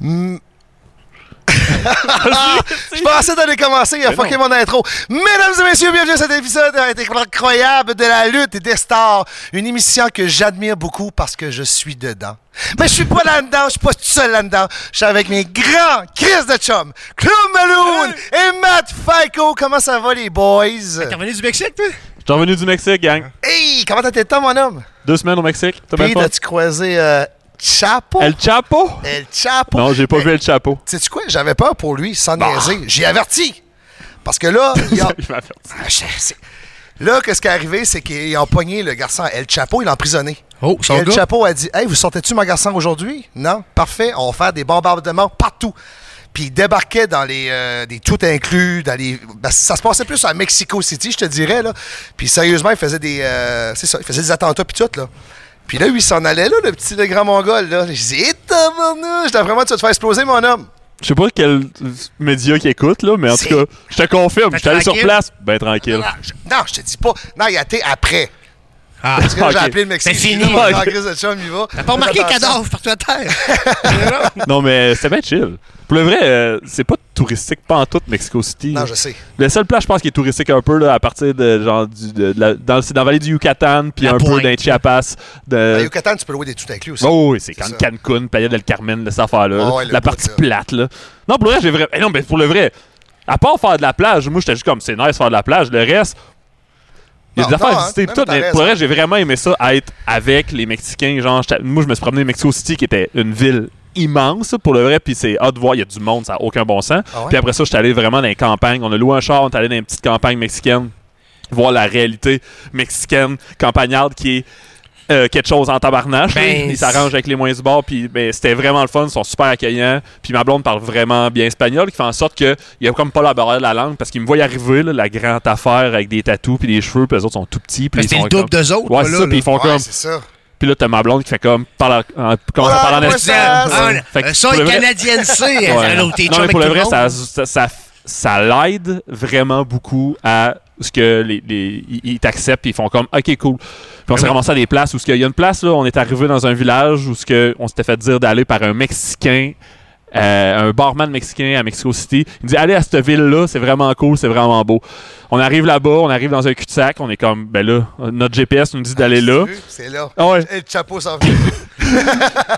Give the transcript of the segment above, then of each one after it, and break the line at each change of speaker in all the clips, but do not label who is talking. Mm. je pensais d'aller commencer, il a
Mais non.
fucké mon intro. Mesdames et messieurs, bienvenue à cet épisode incroyable de la lutte et des stars. Une émission que j'admire beaucoup parce que je suis dedans. Mais je suis pas là-dedans, je suis pas tout seul là-dedans. Je suis avec mes grands Chris de Chum, Claude Maloon et Matt Fico. Comment ça va les boys?
T'es revenu du Mexique, toi?
Je suis revenu du Mexique, gang.
Hey, comment t'as été le temps mon homme?
Deux semaines au Mexique. T'as bien
Puis,
fait?
as-tu croisé euh, Chapo?
El Chapo?
El Chapo?
Non, j'ai pas vu Bah. El Chapo.
Sais-tu quoi? J'avais peur pour lui, sans niaiser. J'ai averti. Parce que là, il a-
Il m'a fait ça.
Ah, je sais. là, qu'est-ce qui est arrivé, c'est qu'ils ont pogné le garçon à El Chapo, il l'a emprisonné.
Oh,
Puis El Chapo a dit Hey, vous sortez-tu mon garçon aujourd'hui Non Parfait, on va faire des bombardements partout. Puis il débarquait dans les euh, des tout inclus, dans les. ben, ça se passait plus à Mexico City, je te dirais, là. Puis sérieusement, il faisait des. euh, c'est ça, il faisait des attentats, puis tout, là. Puis là, lui, il s'en allait, là, le petit le grand mongol, là. Je dis Hé, tabarnouche, là, vraiment, tu vas te faire exploser, mon homme.
Je sais pas quel euh, média qui écoute, là, mais en tout
C'est-
cas, je te confirme, je suis allé sur
tranquille.
place. Ben tranquille.
Ah, je- Non, je te dis pas. Non, il a été après.
Ah,
Parce que là, j'ai
Ok. Ben,
appelé le Mexique.
C'est fini.
J'ai dit, Ah, Non,
Ok.
Chris, le chum, il va.
T'as pas remarqué le
Fais attention.
cadavre partout à terre?
Non, mais c'était bien chill. Pour le vrai, euh, c'est pas touristique, pas en tout, Mexico City.
Non, je sais.
Le seul plat, je pense, qui est touristique un peu, là, à partir de genre du, de- de la- dans, c'est dans la vallée du Yucatan, puis
La
un peu
pointe.
d'un Chiapas.
À
De...
Yucatan, tu peux louer des tout inclus aussi.
Oh, oui, c'est quand
ça.
Cancun, Playa del Carmen, de cette affaire-là.
Ah
là.
ouais, le
la
bout,
partie
là.
plate, là. Non, pour le vrai, j'ai vrai. eh non, mais pour le vrai, à part faire de la plage, moi, j'étais juste comme, c'est nice faire de la plage. Le reste, il y a
Non,
des affaires
non,
à visiter,
hein,
puis
non,
tout,
mais
mais
t'as
pour le
raison.
reste, j'ai vraiment aimé ça, être avec les Mexicains. Genre, j'étais- moi, je me suis promené à Mexico City, qui était une ville immense, pour le vrai, puis c'est hâte de voir, il y a du monde, ça n'a aucun bon sens.
Ah ouais?
Puis après ça, j'étais allé vraiment dans les campagnes. On a loué un char, on est allé dans une petite campagne mexicaine, voir la réalité mexicaine, campagnarde qui est euh, quelque chose en tabarnache. là.
Ben,
Ils s'arrangent avec les moins du bord, puis ben, c'était vraiment le fun, ils sont super accueillants. Puis ma blonde parle vraiment bien espagnol, qui fait en sorte qu'il n'y a comme pas la barrière de la langue, parce qu'ils me voient arriver, là, la grande affaire avec des tatous, puis des cheveux, puis les autres sont tout petits. Puis ils
C'était
sont
Ben, le double
comme-
d'eux autres,
Ouais,
toi,
c'est
là,
ça, puis ils font
Ouais,
comme.
c'est ça.
Puis là, t'as ma blonde qui fait comme. Parle, en- commence à parler en
Hola,
espagnol.
Ah,
Ah, là,
Fait que
ça,
pour
les
le vrai-
Canadiens, c'est.
Ouais.
Alors, t'es
Non,
chum
mais
avec
pour le
tout
vrai,
monde.
ça, ça, ça, ça l'aide vraiment beaucoup à ce que les, les- ils- ils t'acceptent et ils font comme OK cool. Puis
Ah
on s'est ramassé à des places où ce qu'il y a une place là, on est arrivé dans un village où ce que on s'était fait dire d'aller par un mexicain euh, un barman mexicain à Mexico City. Il me dit Allez à cette ville-là, c'est vraiment cool, c'est vraiment beau. On arrive là-bas, on arrive dans un cul-de-sac, on est comme Ben là, notre GPS nous dit d'aller là.
Tu veux, C'est là.
Ah ouais,
Et le chapeau s'en vient.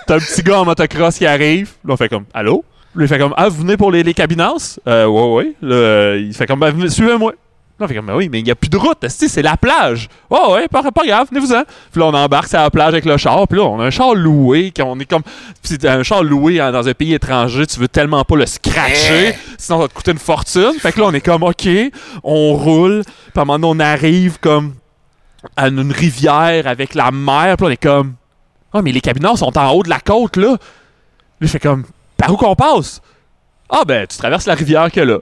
T'as un petit gars en motocross qui arrive. Là, on fait comme Allô? Lui, il fait comme Ah, vous venez pour les, les cabinances? Euh, ouais, ouais. Là, euh, il fait comme Ben, venez, suivez-moi. Là, on fait comme Ben oui, mais il n'y a plus de route. esti, C'est la plage. Ouais, ouais, pas, pas grave, venez-vous-en. Puis là, on embarque sur la plage avec le char. Puis là, on a un char loué. On est comme. puis c'est un char loué hein, dans un pays étranger. Tu veux tellement pas le scratcher. Sinon, ça va te coûter une fortune. Fait que là, on est comme OK. On roule. Puis à un moment donné, on arrive comme à une une rivière avec la mer. Puis là, on est comme Ah, mais les cabinards sont en haut de la côte, là. Là, je fais comme Par où qu'on passe Ah, ben, tu traverses la rivière que là.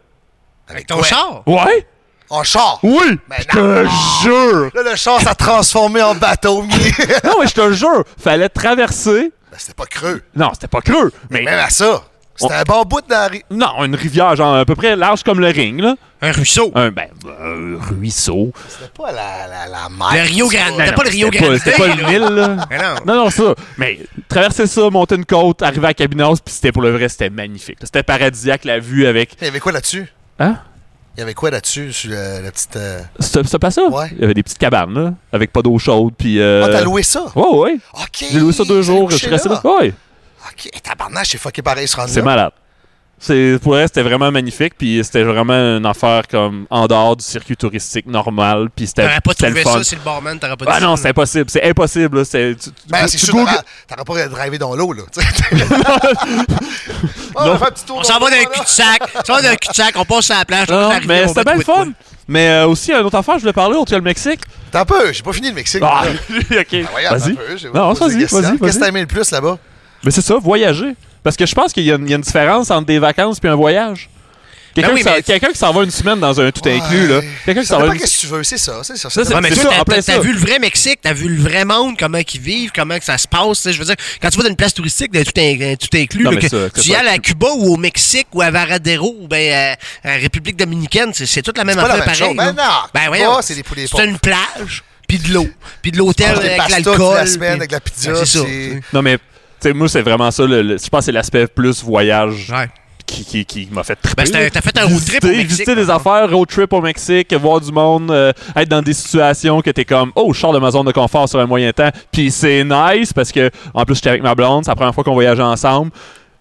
Avec ton
Ouais.
char.
Ouais
En char.
Oui
Ben,
Mais
Je te jure
Là, le char s'est transformé en bateau.
Non, mais je te jure Fallait traverser.
Ben, c'était pas creux.
Non, c'était pas creux, mais.
Même à ça. C'était
Ben, On-
un bon bout dans la rue.
Non, une rivière, genre, à peu près large comme le ring, là.
Un ruisseau.
Un, ben, un ruisseau.
C'était pas la, la, la mer.
Le Rio Grande.
C'est
T'as
pas-
pas le Rio
C'était pas-
Grande.
C'était pas le Nil, là.
Mais non.
Non, non, ça. Mais traverser ça, monter une côte, arriver à Cabinos, puis c'était pour le vrai, c'était magnifique. C'était paradisiaque, la vue avec.
Il y avait quoi là-dessus?
Hein?
Il y avait quoi là-dessus sur le, le petit. euh,
Ça, ça passe ça?
Ouais.
Il y avait des petites cabanes, là, avec pas d'eau chaude, puis. Euh...
Ah, t'as loué ça?
Ouais, ouais.
Ok.
J'ai loué ça deux
Vous allez
jours, je
coucher
suis resté là. Ouais,
Ok. Eh, Tabarnak, j'ai fucké pareil ce
c'est
rendez-là.
malade. C'est, pour elle, c'était vraiment magnifique, puis c'était vraiment une affaire comme en dehors du circuit touristique normal, puis c'était,
T'aurais pas
c'était
trouvé
le fun.
ça, c'est le barman, t'aurais pas dit
ah non,
ça.
c'est impossible, c'est impossible. là. C'est, tu, tu-
Ben,
tu
c'est sûr,
googles-
t'aurais- t'aurais pas drivé dans l'eau, là. tu sais. Ah, on va faire un petit tour
On
dans
s'en va
l'eau,
d'un
là.
cul-de-sac. On s'en va d'un cul-de-sac, on passe à la plage.
Non,
on
non,
arrive,
Ah,
on
mais
va
c'était
te
bien le
trouver de
fun. Mais euh, aussi, un autre affaire, je voulais parler, on tient le Mexique.
T'as un peu, j'ai pas fini le Mexique.
Ah,
là.
ok.
Ah, voyons,
vas-y.
attends un peu, j'ai-
Non,
j'ai posé
vas-y,
des questions.
vas-y,
Qu'est-ce que t'as
vas-y.
aimé le plus là-bas?
Mais c'est ça, voyager. Parce que je pense qu'il y, a une il y a une différence entre des vacances puis un voyage. Quelqu'un
Ben oui,
qui s'en-
mais-
quelqu'un qui s'en va une semaine dans un tout inclus, là. Quelqu'un qui
Ça
s'en va
dépend
une
qu'est-ce que tu veux, c'est ça. C'est ça.
Ça,
ça
Ouais, mais
C'est ça,
toi,
en
t'as-
plein
t'as
ça.
t'as vu le vrai Mexique, t'as vu le vrai monde, comment qu'ils vivent, comment que ça se passe. tu sais, Je veux dire, quand tu vas dans une place touristique, t'as tout, in- tout inclus.
Non,
là,
mais
que
ça, que ça
tu y
soit
allais à Cuba ou au Mexique ou à Varadero ou ben, à, à République dominicaine, c'est- c'est toute la même
pas la
affaire
même chose.
pareil.
Ben
là.
non.
Ben
Cuba,
voyons,
c'est des poulets
C'est une plage, puis de l'eau, puis de l'hôtel
Mange Ah, des
avec
pastas toute
l'alcool.
la semaine
puis-
avec la pizza,
Ouais, c'est ça.
c'est-
Non, mais tu sais, sais, moi, c'est vraiment ça. le- le- je pense que c'est l'aspect plus voyage
Ouais.
qui, qui- qui m'a fait triper.
Ben, c'était- t'as fait un road trip au
Visiter-
Mexique,
Visiter des
par
affaires, road trip au Mexique, voir du monde, euh, être dans des situations que t'es comme « Oh, je sors de ma zone de confort sur un moyen temps. » Puis c'est nice parce que en plus, j'étais avec ma blonde, c'est la première fois qu'on voyageait ensemble.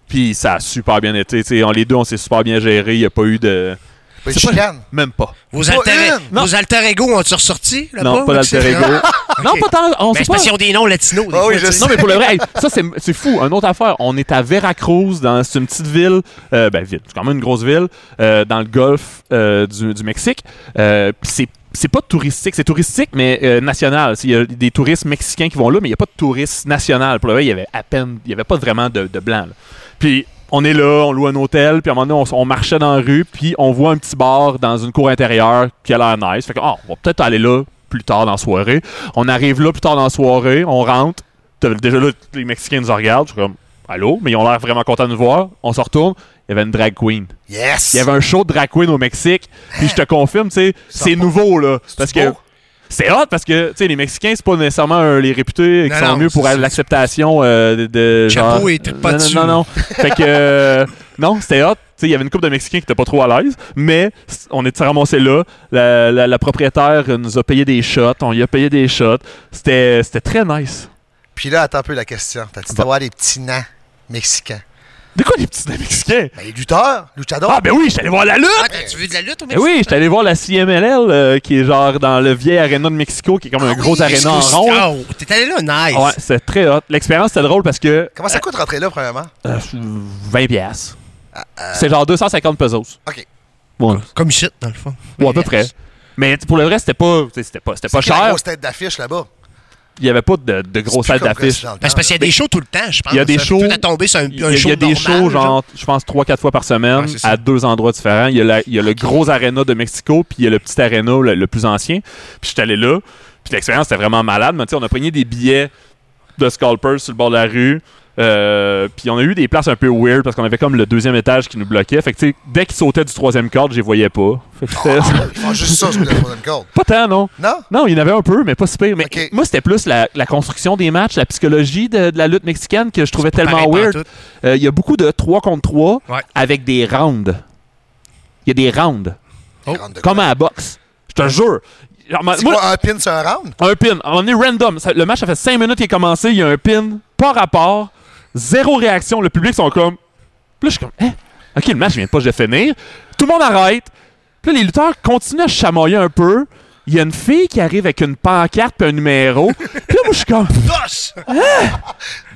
Puis ça a super bien été. tu sais, on, les deux, on s'est super bien gérés. Il n'y a pas eu de...
Ben,
C'est pas-
chicane.
Même pas.
Vos
Pas
alter, e-,
une!
Non.
vos alter ego ont-tu ressorti? là-bas,
Non, pas
ou que c'est-
d'alter ego. Non,
Ok.
pas tant. On
Ben,
sait
c'est parce
pas.
qu'ils ont des noms latinos. des
Ah oui,
fois,
je
tu sais.
sais.
Non, mais pour le vrai, hey, ça, c'est c'est fou. Une autre affaire, on est à Veracruz, dans c'est une petite ville, euh, ben, ville, c'est quand même une grosse ville, euh, dans le golfe euh, du, du Mexique. Euh, pis c'est c'est pas touristique, c'est touristique, mais euh, national. Il y a des touristes mexicains qui vont là, mais il n'y a pas de touristes national. Pour le vrai, il y avait à peine, il n'y avait pas vraiment de, de blanc. là. Puis on est là, on loue un hôtel, puis à un moment donné, on, s- on marchait dans la rue, puis on voit un petit bar dans une cour intérieure qui a l'air nice. Fait que, ah, on va peut-être aller là plus tard dans la soirée. On arrive là plus tard dans la soirée, on rentre. T'as- Déjà là, les Mexicains nous regardent. Je suis comme, allô? Mais ils ont l'air vraiment contents de nous voir. On se retourne. Il y avait une drag queen.
Yes!
Il y avait un show de drag queen au Mexique. Puis je te confirme, tu sais, c'est nouveau, là. Parce que.
beau?
C'est hot parce que, tu sais, les Mexicains, c'est pas nécessairement euh, les réputés qui
Non,
sont
non,
mieux pour
c'est- c'est-
l'acceptation euh, de, de.
Chapeau
genre-
et tripe pas
non,
dessus.
non, non, non. fait que. euh, non, c'était hot. Tu sais, il y avait une couple de Mexicains qui étaient pas trop à l'aise, mais c- on est ramassés là. La, la- la propriétaire euh, nous a payé des shots, on y a payé des shots. C'était c'était très nice.
Puis là, attends un peu la question. T'as-tu
Bon.
d'avoir des petits nains mexicains?
De quoi les petits Mexicains?
Ben, les lutteurs, luchadors.
Ah ben oui, j'étais allé voir la lutte!
Ah, t'as-
ben.
tu veux de la lutte au
Eh
Mexique?
oui, j'étais allé voir la CMLL euh, qui est genre dans le vieil aréna de Mexico qui est comme
Ah
un gros aréna en rond. là.
Ah Oh, t'es allé là, nice.
Ouais, c'était très hot. L'expérience c'était drôle parce que
Comment ça coûte rentrer là, premièrement?
euh, 20 pièces. C'est genre 250 pesos.
Ah, euh. OK.
Ouais,
Comme shit, dans le fond.
Ouais, à peu près. Mais pour le reste, c'était pas tu sais, c'était pas c'était pas
C'est qui la
cher.
grosse tête d'affiche là-bas.
Il y avait pas de, de grosses salles d'affiche.
Ben, Parce parce qu'il y a des shows tout le temps, je pense.
Il y a des
Ça,
shows-
Tu peux tomber sur un, un
Il y a, il y
show
a des
normal,
shows, genre, je pense, 3-4 fois par semaine,
Ouais, c'est ça.
à deux endroits différents. Il y a, la- il y a le gros aréna de Mexico, puis il y a le petit aréna le, le plus ancien. Puis j'étais allé là, puis l'expérience était vraiment malade. Mais tu sais, on a pogné des billets de scalpers sur le bord de la rue. Euh, puis on a eu des places un peu weird parce qu'on avait comme le deuxième étage qui nous bloquait. Fait que tu sais, dès qu'ils sautaient du troisième corde, je les voyais pas. Fait que c'était-
Ils font juste ça sur le Golden Gold.
pas tant, non.
Non?
Non, il y en avait un peu, mais pas si pire. Mais
Ok.
moi, c'était plus la, la construction des matchs, la psychologie de, de la lutte mexicaine que je trouvais
pas
tellement
pareil
weird. Euh,
pantoute.
Il y a beaucoup de 3 contre 3
Ouais.
avec des rounds. Il y a des rounds.
Oh,
Rentre de
Comme
quoi?
à la boxe. Je te jure. Genre, ma-
C'est
moi,
quoi, un pin sur un round?
un pin. On est random. Ça- le match, ça fait 5 minutes qu'il est commencé. Il y a un pin. Pas rapport. Zéro réaction. Le public sont comme. Puis là, je suis comme. Hein? Ok, le match vient pas de finir. Tout le monde arrête. Puis là, les lutteurs continuent à chamailler un peu. Il y a une fille qui arrive avec une pancarte puis un numéro. Puis là, moi, je suis comme.
Dos!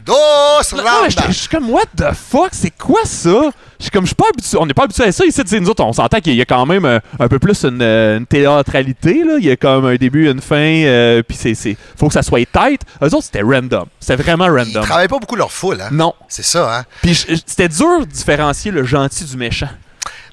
Dos
Non, Ah, mais j'étais-
round!
je suis comme, what the fuck, c'est quoi ça? Je suis comme, je suis pas habitué, on n'est pas habitué à ça ici, tu sais, nous autres, on s'entend qu'il y a quand même euh, un, peu plus une, euh, une théâtralité, là. Il y a comme un début, une fin, euh, puis c'est, c'est, faut que ça soit tight. Eux autres, c'était random. C'était vraiment
Ils
random.
travaillent pas beaucoup leur foule, hein?
Non.
C'est ça, hein?
Puis je- je- c'était dur de différencier le gentil du méchant.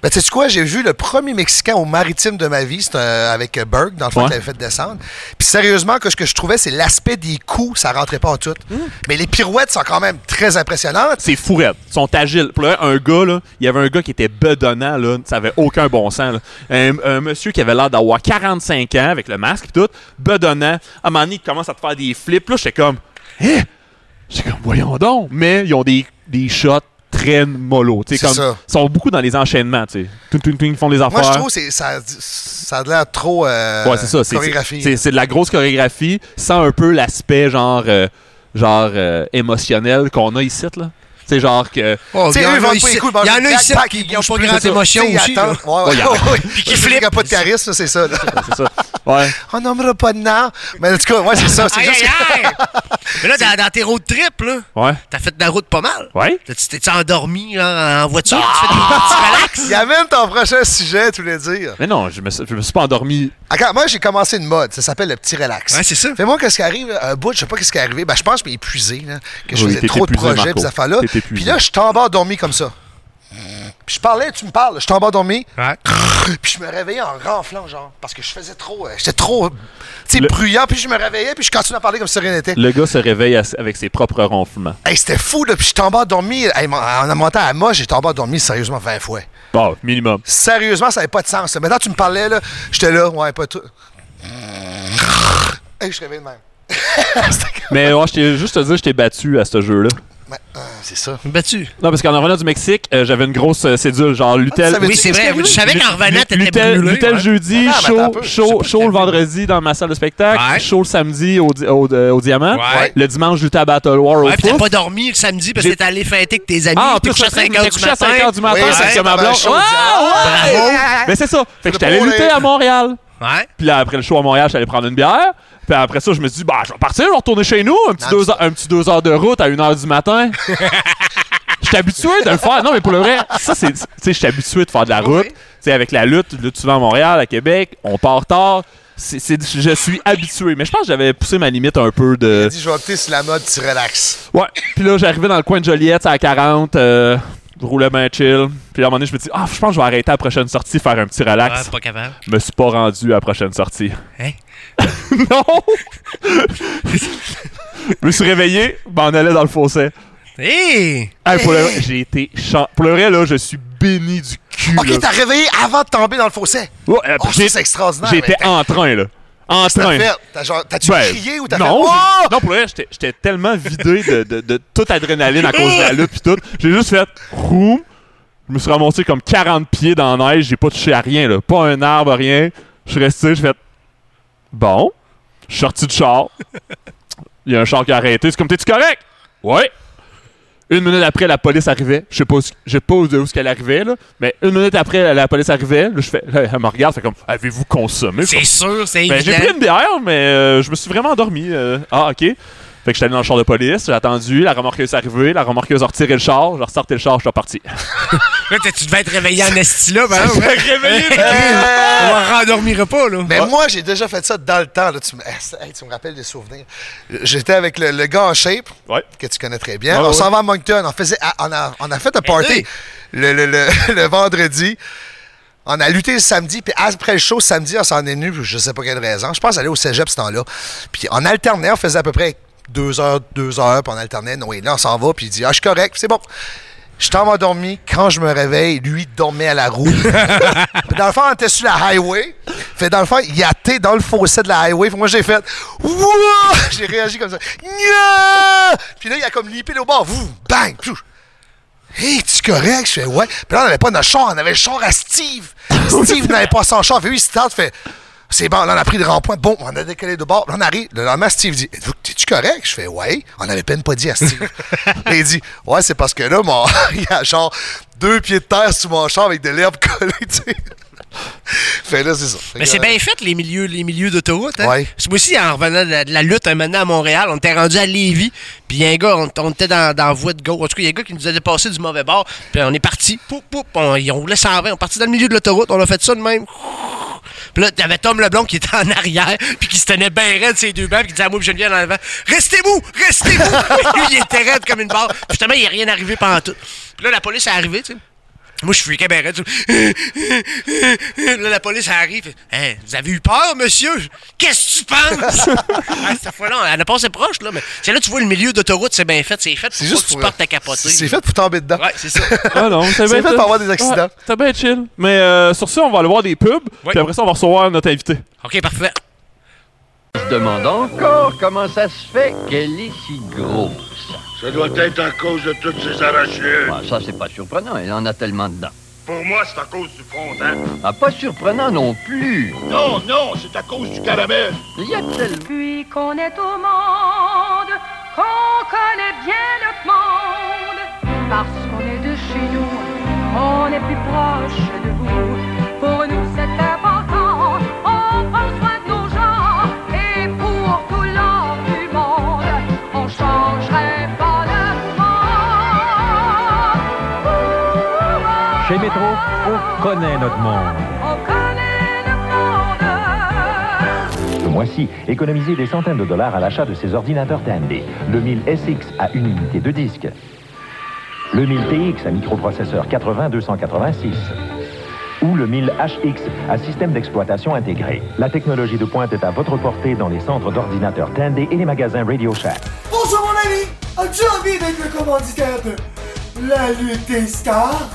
Ben, tu sais quoi, j'ai vu le premier Mexicain au maritime de ma vie, c'était euh, avec euh, Berg, dans le fond,
Ouais.
qui l'avait fait descendre. Puis sérieusement, que ce que je trouvais, c'est l'aspect des coups, ça rentrait pas en tout.
Hmm.
Mais les pirouettes sont quand même très impressionnantes.
C'est fourrette. Ils sont agiles. Pour le vrai, un gars, là, il y avait un gars qui était bedonnant, là. Ça avait aucun bon sens, là. Un, un monsieur qui avait l'air d'avoir 45 ans avec le masque et tout, bedonnant. À un moment donné, il commence à te faire des flips. Là, j'étais comme, hé! J'étais comme, voyons donc. Mais ils ont des, des shots très mollo. Tu sais,
C'est
comme,
ça.
Ils sont beaucoup dans les enchaînements, tu sais. Tung, tung, tung, ils font des affaires.
Moi, je trouve que c'est- ça, ça a l'air trop euh,
Ouais, c'est ça. c'est-
chorégraphié.
C'est c'est de la grosse chorégraphie sans un peu l'aspect genre, euh, genre euh, émotionnel qu'on a ici, là. C'est genre que.
Oh,
Tu sais,
il y
eux,
en
ils vendent
a
pas les
ici-
coups,
il y
ils
en a
vendent
ici
pas les
qui
coups,
n'ont
ils
pas
bougent
grande
plus,
émotion
Tu sais,
aussi.
ils
là.
attendent. Ouais,
Ouais, il y
ouais,
en a-
ouais.
Puis qui
Celui
flippent.
a pas de charisme, là, c'est ça. là.
C'est ça. Ouais.
On nommera pas de nom. Mais en tout cas, moi, c'est ça. C'est
Aïe,
juste
aïe, aïe. Mais là, dans, dans tes road trips, là,
Ouais.
t'as fait de la route pas mal.
Ouais.
T'as- Tu t'es endormi là, en voiture, tu fais des petits relax.
Il amène ton prochain sujet, tu voulais dire.
Mais non, je me, suis- je me suis pas endormi.
Regarde, moi, j'ai commencé une mode. Ça s'appelle le petit relax.
Ouais, c'est ça.
Fais-moi qu'est-ce qui arrive. euh, Un bout, je sais pas qu'est-ce qui est arrivé. Ben, je pense que je m'ai épuisé. là, que je
Oui,
faisais
t'es
trop de
épuisé,
projets,
Marco.
pis ces affaires-là.
T'es épuisé.
Puis là, je t'en bas endormi comme ça. Puis je parlais, tu me parles, je t'en bas endormi.
Ah!
Ouais.
Puis je me réveillais en renflant, genre. Parce que je faisais trop. euh, J'étais trop. Tu sais,
Le-
bruyant. Puis je me réveillais, puis je continuais à parler comme si rien n'était.
Le gars se réveille à- avec ses propres ronflements.
Hey, c'était fou, là. Puis je tombé endormi. Hey, mon- en montant à moi, j'ai tombé endormi sérieusement 20 fois.
Bon, minimum.
Sérieusement, ça n'avait pas de sens. là. Maintenant, tu me parlais, là. J'étais là, ouais, pas tout. Hey, je réveille de même.
Mais ouais, je t'ai juste te dire, je t'ai battu à ce jeu-là.
Mais, euh, c'est ça.
Battu.
Non, parce qu'en revenant du Mexique, euh, j'avais une grosse euh, cédule, genre Lutel.
Ah, ça veut
Oui, c'est vrai. Je savais qu'en revenant, t'étais
Lutel,
brûlé. hein.
Lutel
ouais.
jeudi,
Ah, mais attends un
chaud,
peu, je sais
chaud,
pas
chaud
lequel.
le vendredi dans ma salle de spectacle,
Ouais.
chaud le samedi au, di- au- euh, au Diamant,
Ouais.
le dimanche Lutel à Battle War au
Ouais, puis t'as
Fouf.
pas dormi le samedi parce que
J'ai-
t'es allé fêter avec tes amis.
Ah, en
t'es
plus,
couché à 5
j'étais
heures du
couché à 5
matin.
h du matin,
Oui,
c'est que
ouais,
ma
t'avais un
blonde.
show au
Ouais,
Diamant.
ouais!
Bravo.
Mais c'est ça. Fait que
C'est
j'étais allé
pour
lutter
les-
à Montréal.
Ouais.
Puis là, après le show à Montréal, j'allais prendre une bière. Puis après ça, je me suis dit, bah, je vais partir, je vais retourner chez nous. Un petit,
Non,
deux, heures, un petit deux heures de route à une heure du matin. Je suis habitué de le faire. Non, mais pour le vrai, ça, c'est. Tu sais, je suis habitué de faire de la route.
Oui.
Tu sais, avec la lutte, là, tu vas à Montréal, à Québec, on part tard. C'est- c'est- je suis habitué. Mais je pense que j'avais poussé ma limite un peu de.
Il dit, je vais opter sur la mode, tu relaxes.
Ouais. Puis là, j'arrivais dans le coin de Joliette c'est à 40. euh, je roulais bien chill. Puis à un moment donné, je me dis, ah, je pense que je vais arrêter à la prochaine sortie, faire un petit relax.
Ouais, pas capable.
Je me suis pas rendu à la prochaine sortie.
Hein?
non! je me suis réveillé, ben on allait dans le fossé.
Hey!
Hey, pour le vrai, j'ai été chan- Pour le vrai, là, je suis béni du cul. là.
Ok, t'as réveillé avant de tomber dans le fossé.
Ouais, euh,
Oh,
j'ai-
ça, c'est extraordinaire.
J'étais
mais
en train, là. En
t'as-
train.
t'as fait- t'as genre- T'as-tu
Ben,
crié ou t'as
non,
fait.
j'ai-
Oh!
non, pour le vrai, j'étais- j'étais tellement vidé de, de- de toute adrénaline à cause de la lutte pis tout. J'ai juste fait roum. Je me suis remonté comme 40 pieds dans la neige, j'ai pas touché à rien, là. Pas un arbre, rien. Je suis resté, j'ai fait Bon. Je suis sorti du char. Il y a un char qui a arrêté. C'est comme t'es-tu correct? Ouais. Une minute après, la police arrivait. Je sais pas, où- je sais pas où où est-ce qu'elle arrivait, là, mais une minute après, la police arrivait. Là, je fais, là, elle me regarde, fait comme, avez-vous consommé? Je suis
C'est sûr, c'est
ben, j'ai
évident.
pris une bière, mais euh, je me suis vraiment endormi. euh. Ah, ok. Fait que j'étais allé dans le char de police, j'ai attendu, la remorqueuse est arrivée, la remorqueuse a retiré le char, j'ai ressorti le char, je suis reparti.
Là, t'as- tu devais être réveillé en esti là, ben.
Je
ouais.
me suis réveillé, mais-
On va rendormira pas, là.
Ah.
Mais moi, j'ai déjà fait ça dans le temps. Là, tu, me... eh, hey, tu me rappelles des souvenirs. J'étais avec le, le gars en shape,
Ouais.
que tu connais très bien.
Ouais,
on
ouais.
s'en va à Moncton. On, faisait, à- on, a, on a fait un
oui.
party le, le- le- le vendredi. On a lutté le samedi, puis après le show, samedi, on s'en est venu, je sais pas quelle raison. Je pense aller au cégep ce temps-là. Puis on alternait, on faisait à peu près deux heures, deux heures, puis on alternait. Non, et là, on s'en va, puis il dit Ah, je suis correct, c'est bon. Je t'en endormi. Quand je me réveille, lui dormait à la roue. Puis dans le fond, on était sur la highway. Fait dans le fond, il atté dans le fossé de la highway. Fait moi, j'ai fait Wouah! J'ai réagi comme ça. Nya! Puis là, il a comme lippé le bord. Vous, bang! Pfiou! Hey, tu correct? Je fais ouais. Puis là, on n'avait pas notre char, on avait le char à Steve. Steve n'avait pas son char. Fait lui, il se tente, fait c'est bon, là, on a pris le rond-point. Bon, on a décollé de bord. Là, on arrive. Le lendemain, Steve dit Êtes-vous- T'es-tu correct? Je fais ouais. On avait peine pas dit à Steve. Et il dit Ouais, c'est parce que là, mon... il y a genre deux pieds de terre sous mon char avec de l'herbe collée, tu sais. Fait là, c'est ça. Fait
Mais
que,
c'est
euh,
bien fait, les milieux, les milieux d'autoroute. Hein?
Ouais.
Parce que Moi aussi, en revenant de la, de la lutte un moment donné à Montréal, on était rendu à Lévis, puis il y a un gars, on, on était dans, dans la voie de gauche. En tout cas, il y a un gars qui nous a dépassé du mauvais bord, puis on est parti. Poup, poup, on, ils ont roulé 120, on est parti dans le milieu de l'autoroute, on a fait ça de même. Puis là, t'avais Tom Leblond qui était en arrière, puis qui se tenait bien raide ses deux bancs, puis qui disait à moi, puis Geneviève en avant, restez vous restez vous Lui, il était raide comme une barre. Puis Justement, il n'y a rien arrivé pendant tout. Puis là, la police est arrivée, tu sais. Moi, je suis cabaret. Là, la police arrive. Hein, vous avez eu peur, monsieur? Qu'est-ce que tu penses? Ah, cette fois-là, elle a passé proche, là. Mais c'est là que tu vois le milieu d'autoroute, c'est bien fait. C'est fait pour
C'est
pas
juste
que tu
pour-
portes ta capotée.
C'est fait pour tomber dedans.
Ouais, c'est ça.
Ah non, c'est
C'est
bien
fait pour avoir des accidents.
Ouais, C'était bien chill. Mais euh, sur ça, on va aller voir des pubs,
Ouais.
puis après ça, on va recevoir notre invité.
OK, parfait.
demande encore comment ça se fait qu'elle est si grosse.
Ça doit être à cause de toutes ces arrachures.
Ah, ça, c'est pas surprenant, elle en a tellement dedans.
Pour moi, c'est à cause du fondant.
Ah, pas surprenant non plus.
Non, non, c'est à cause du caramel.
Il y a tellement...
Depuis qu'on est au monde, qu'on connaît bien notre monde, parce qu'on est de chez nous, on est plus proche de vous. Pour nous c'est important, on prend soin de nos gens, et pour tout l'or du monde, on changerait pas le monde.
Chez Métro, on connaît notre monde.
On connaît le monde.
Ce mois-ci, économisez des centaines de dollars à l'achat de ces ordinateurs TMD. Le 1000 SX à une unité de disque. Le 1000 TX à microprocesseur 80-286. Ou le 1000 HX à système d'exploitation intégré. La technologie de pointe est à votre portée dans les centres d'ordinateurs TMD et les magasins Radio Shack.
Bonjour mon ami, as-tu envie d'être le commanditaire de La Lutte des Stars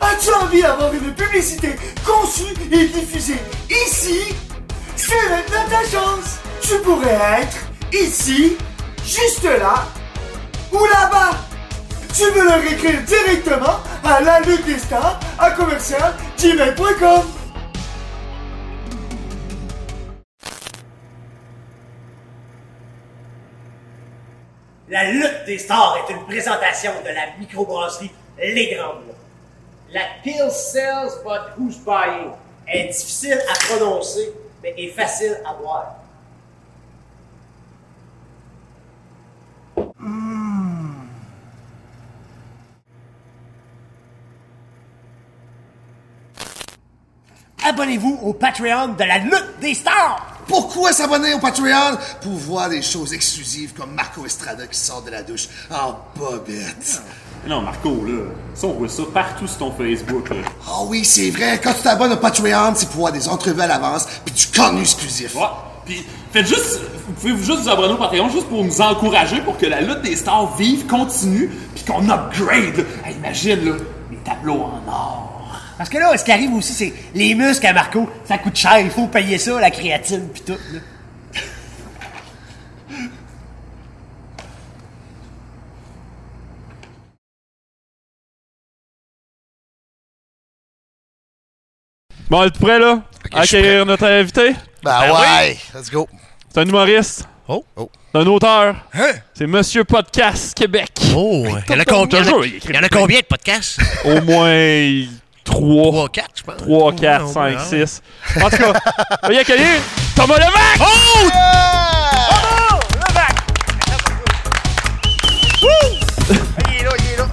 As-tu envie d'avoir une publicité conçue et diffusée ici C'est maintenant ta chance Tu pourrais être ici, juste là,
ou là-bas. Tu peux leur écrire directement à la lutte des stars à commercial gmail.com.
La lutte des stars est une présentation de la microbrasserie Les Grands Bois. La pill sells, but who's buying? Est difficile à prononcer, mais est facile à boire. Abonnez-vous au Patreon de la lutte des stars!
Pourquoi s'abonner au Patreon? Pour voir des choses exclusives comme Marco Estrada qui sort de la douche en bobette.
Non, Marco, là, ça, on voit ça partout sur ton Facebook, là.
Ah oui, c'est vrai, quand tu t'abonnes au Patreon, c'est pour voir des entrevues à l'avance puis du contenu exclusif.
Ouais, Ah, puis faites juste, vous pouvez vous juste vous abonner au Patreon juste pour nous encourager pour que la lutte des stars vive, continue, puis qu'on upgrade, là. Hey, imagine, là, les tableaux en or.
Parce que là, ce qui arrive aussi, c'est les muscles à Marco, ça coûte cher, il faut payer ça, la créatine, puis tout. là.
Bon, êtes-vous prêts, là? à accueillir notre invité?
Ben,
oui.
ouais, let's go.
C'est un humoriste.
Oh.
C'est un auteur. C'est Monsieur Podcast Québec.
Oh, Il y en a combien, il y en a combien de podcasts?
Au moins 3. 3,
4, je pense.
3, 4,
Ouais,
5,
ouais.
6. En tout cas, veuillez accueillir Thomas Levac! Oh!
Bravo!
Levac!
Il est là, il est là.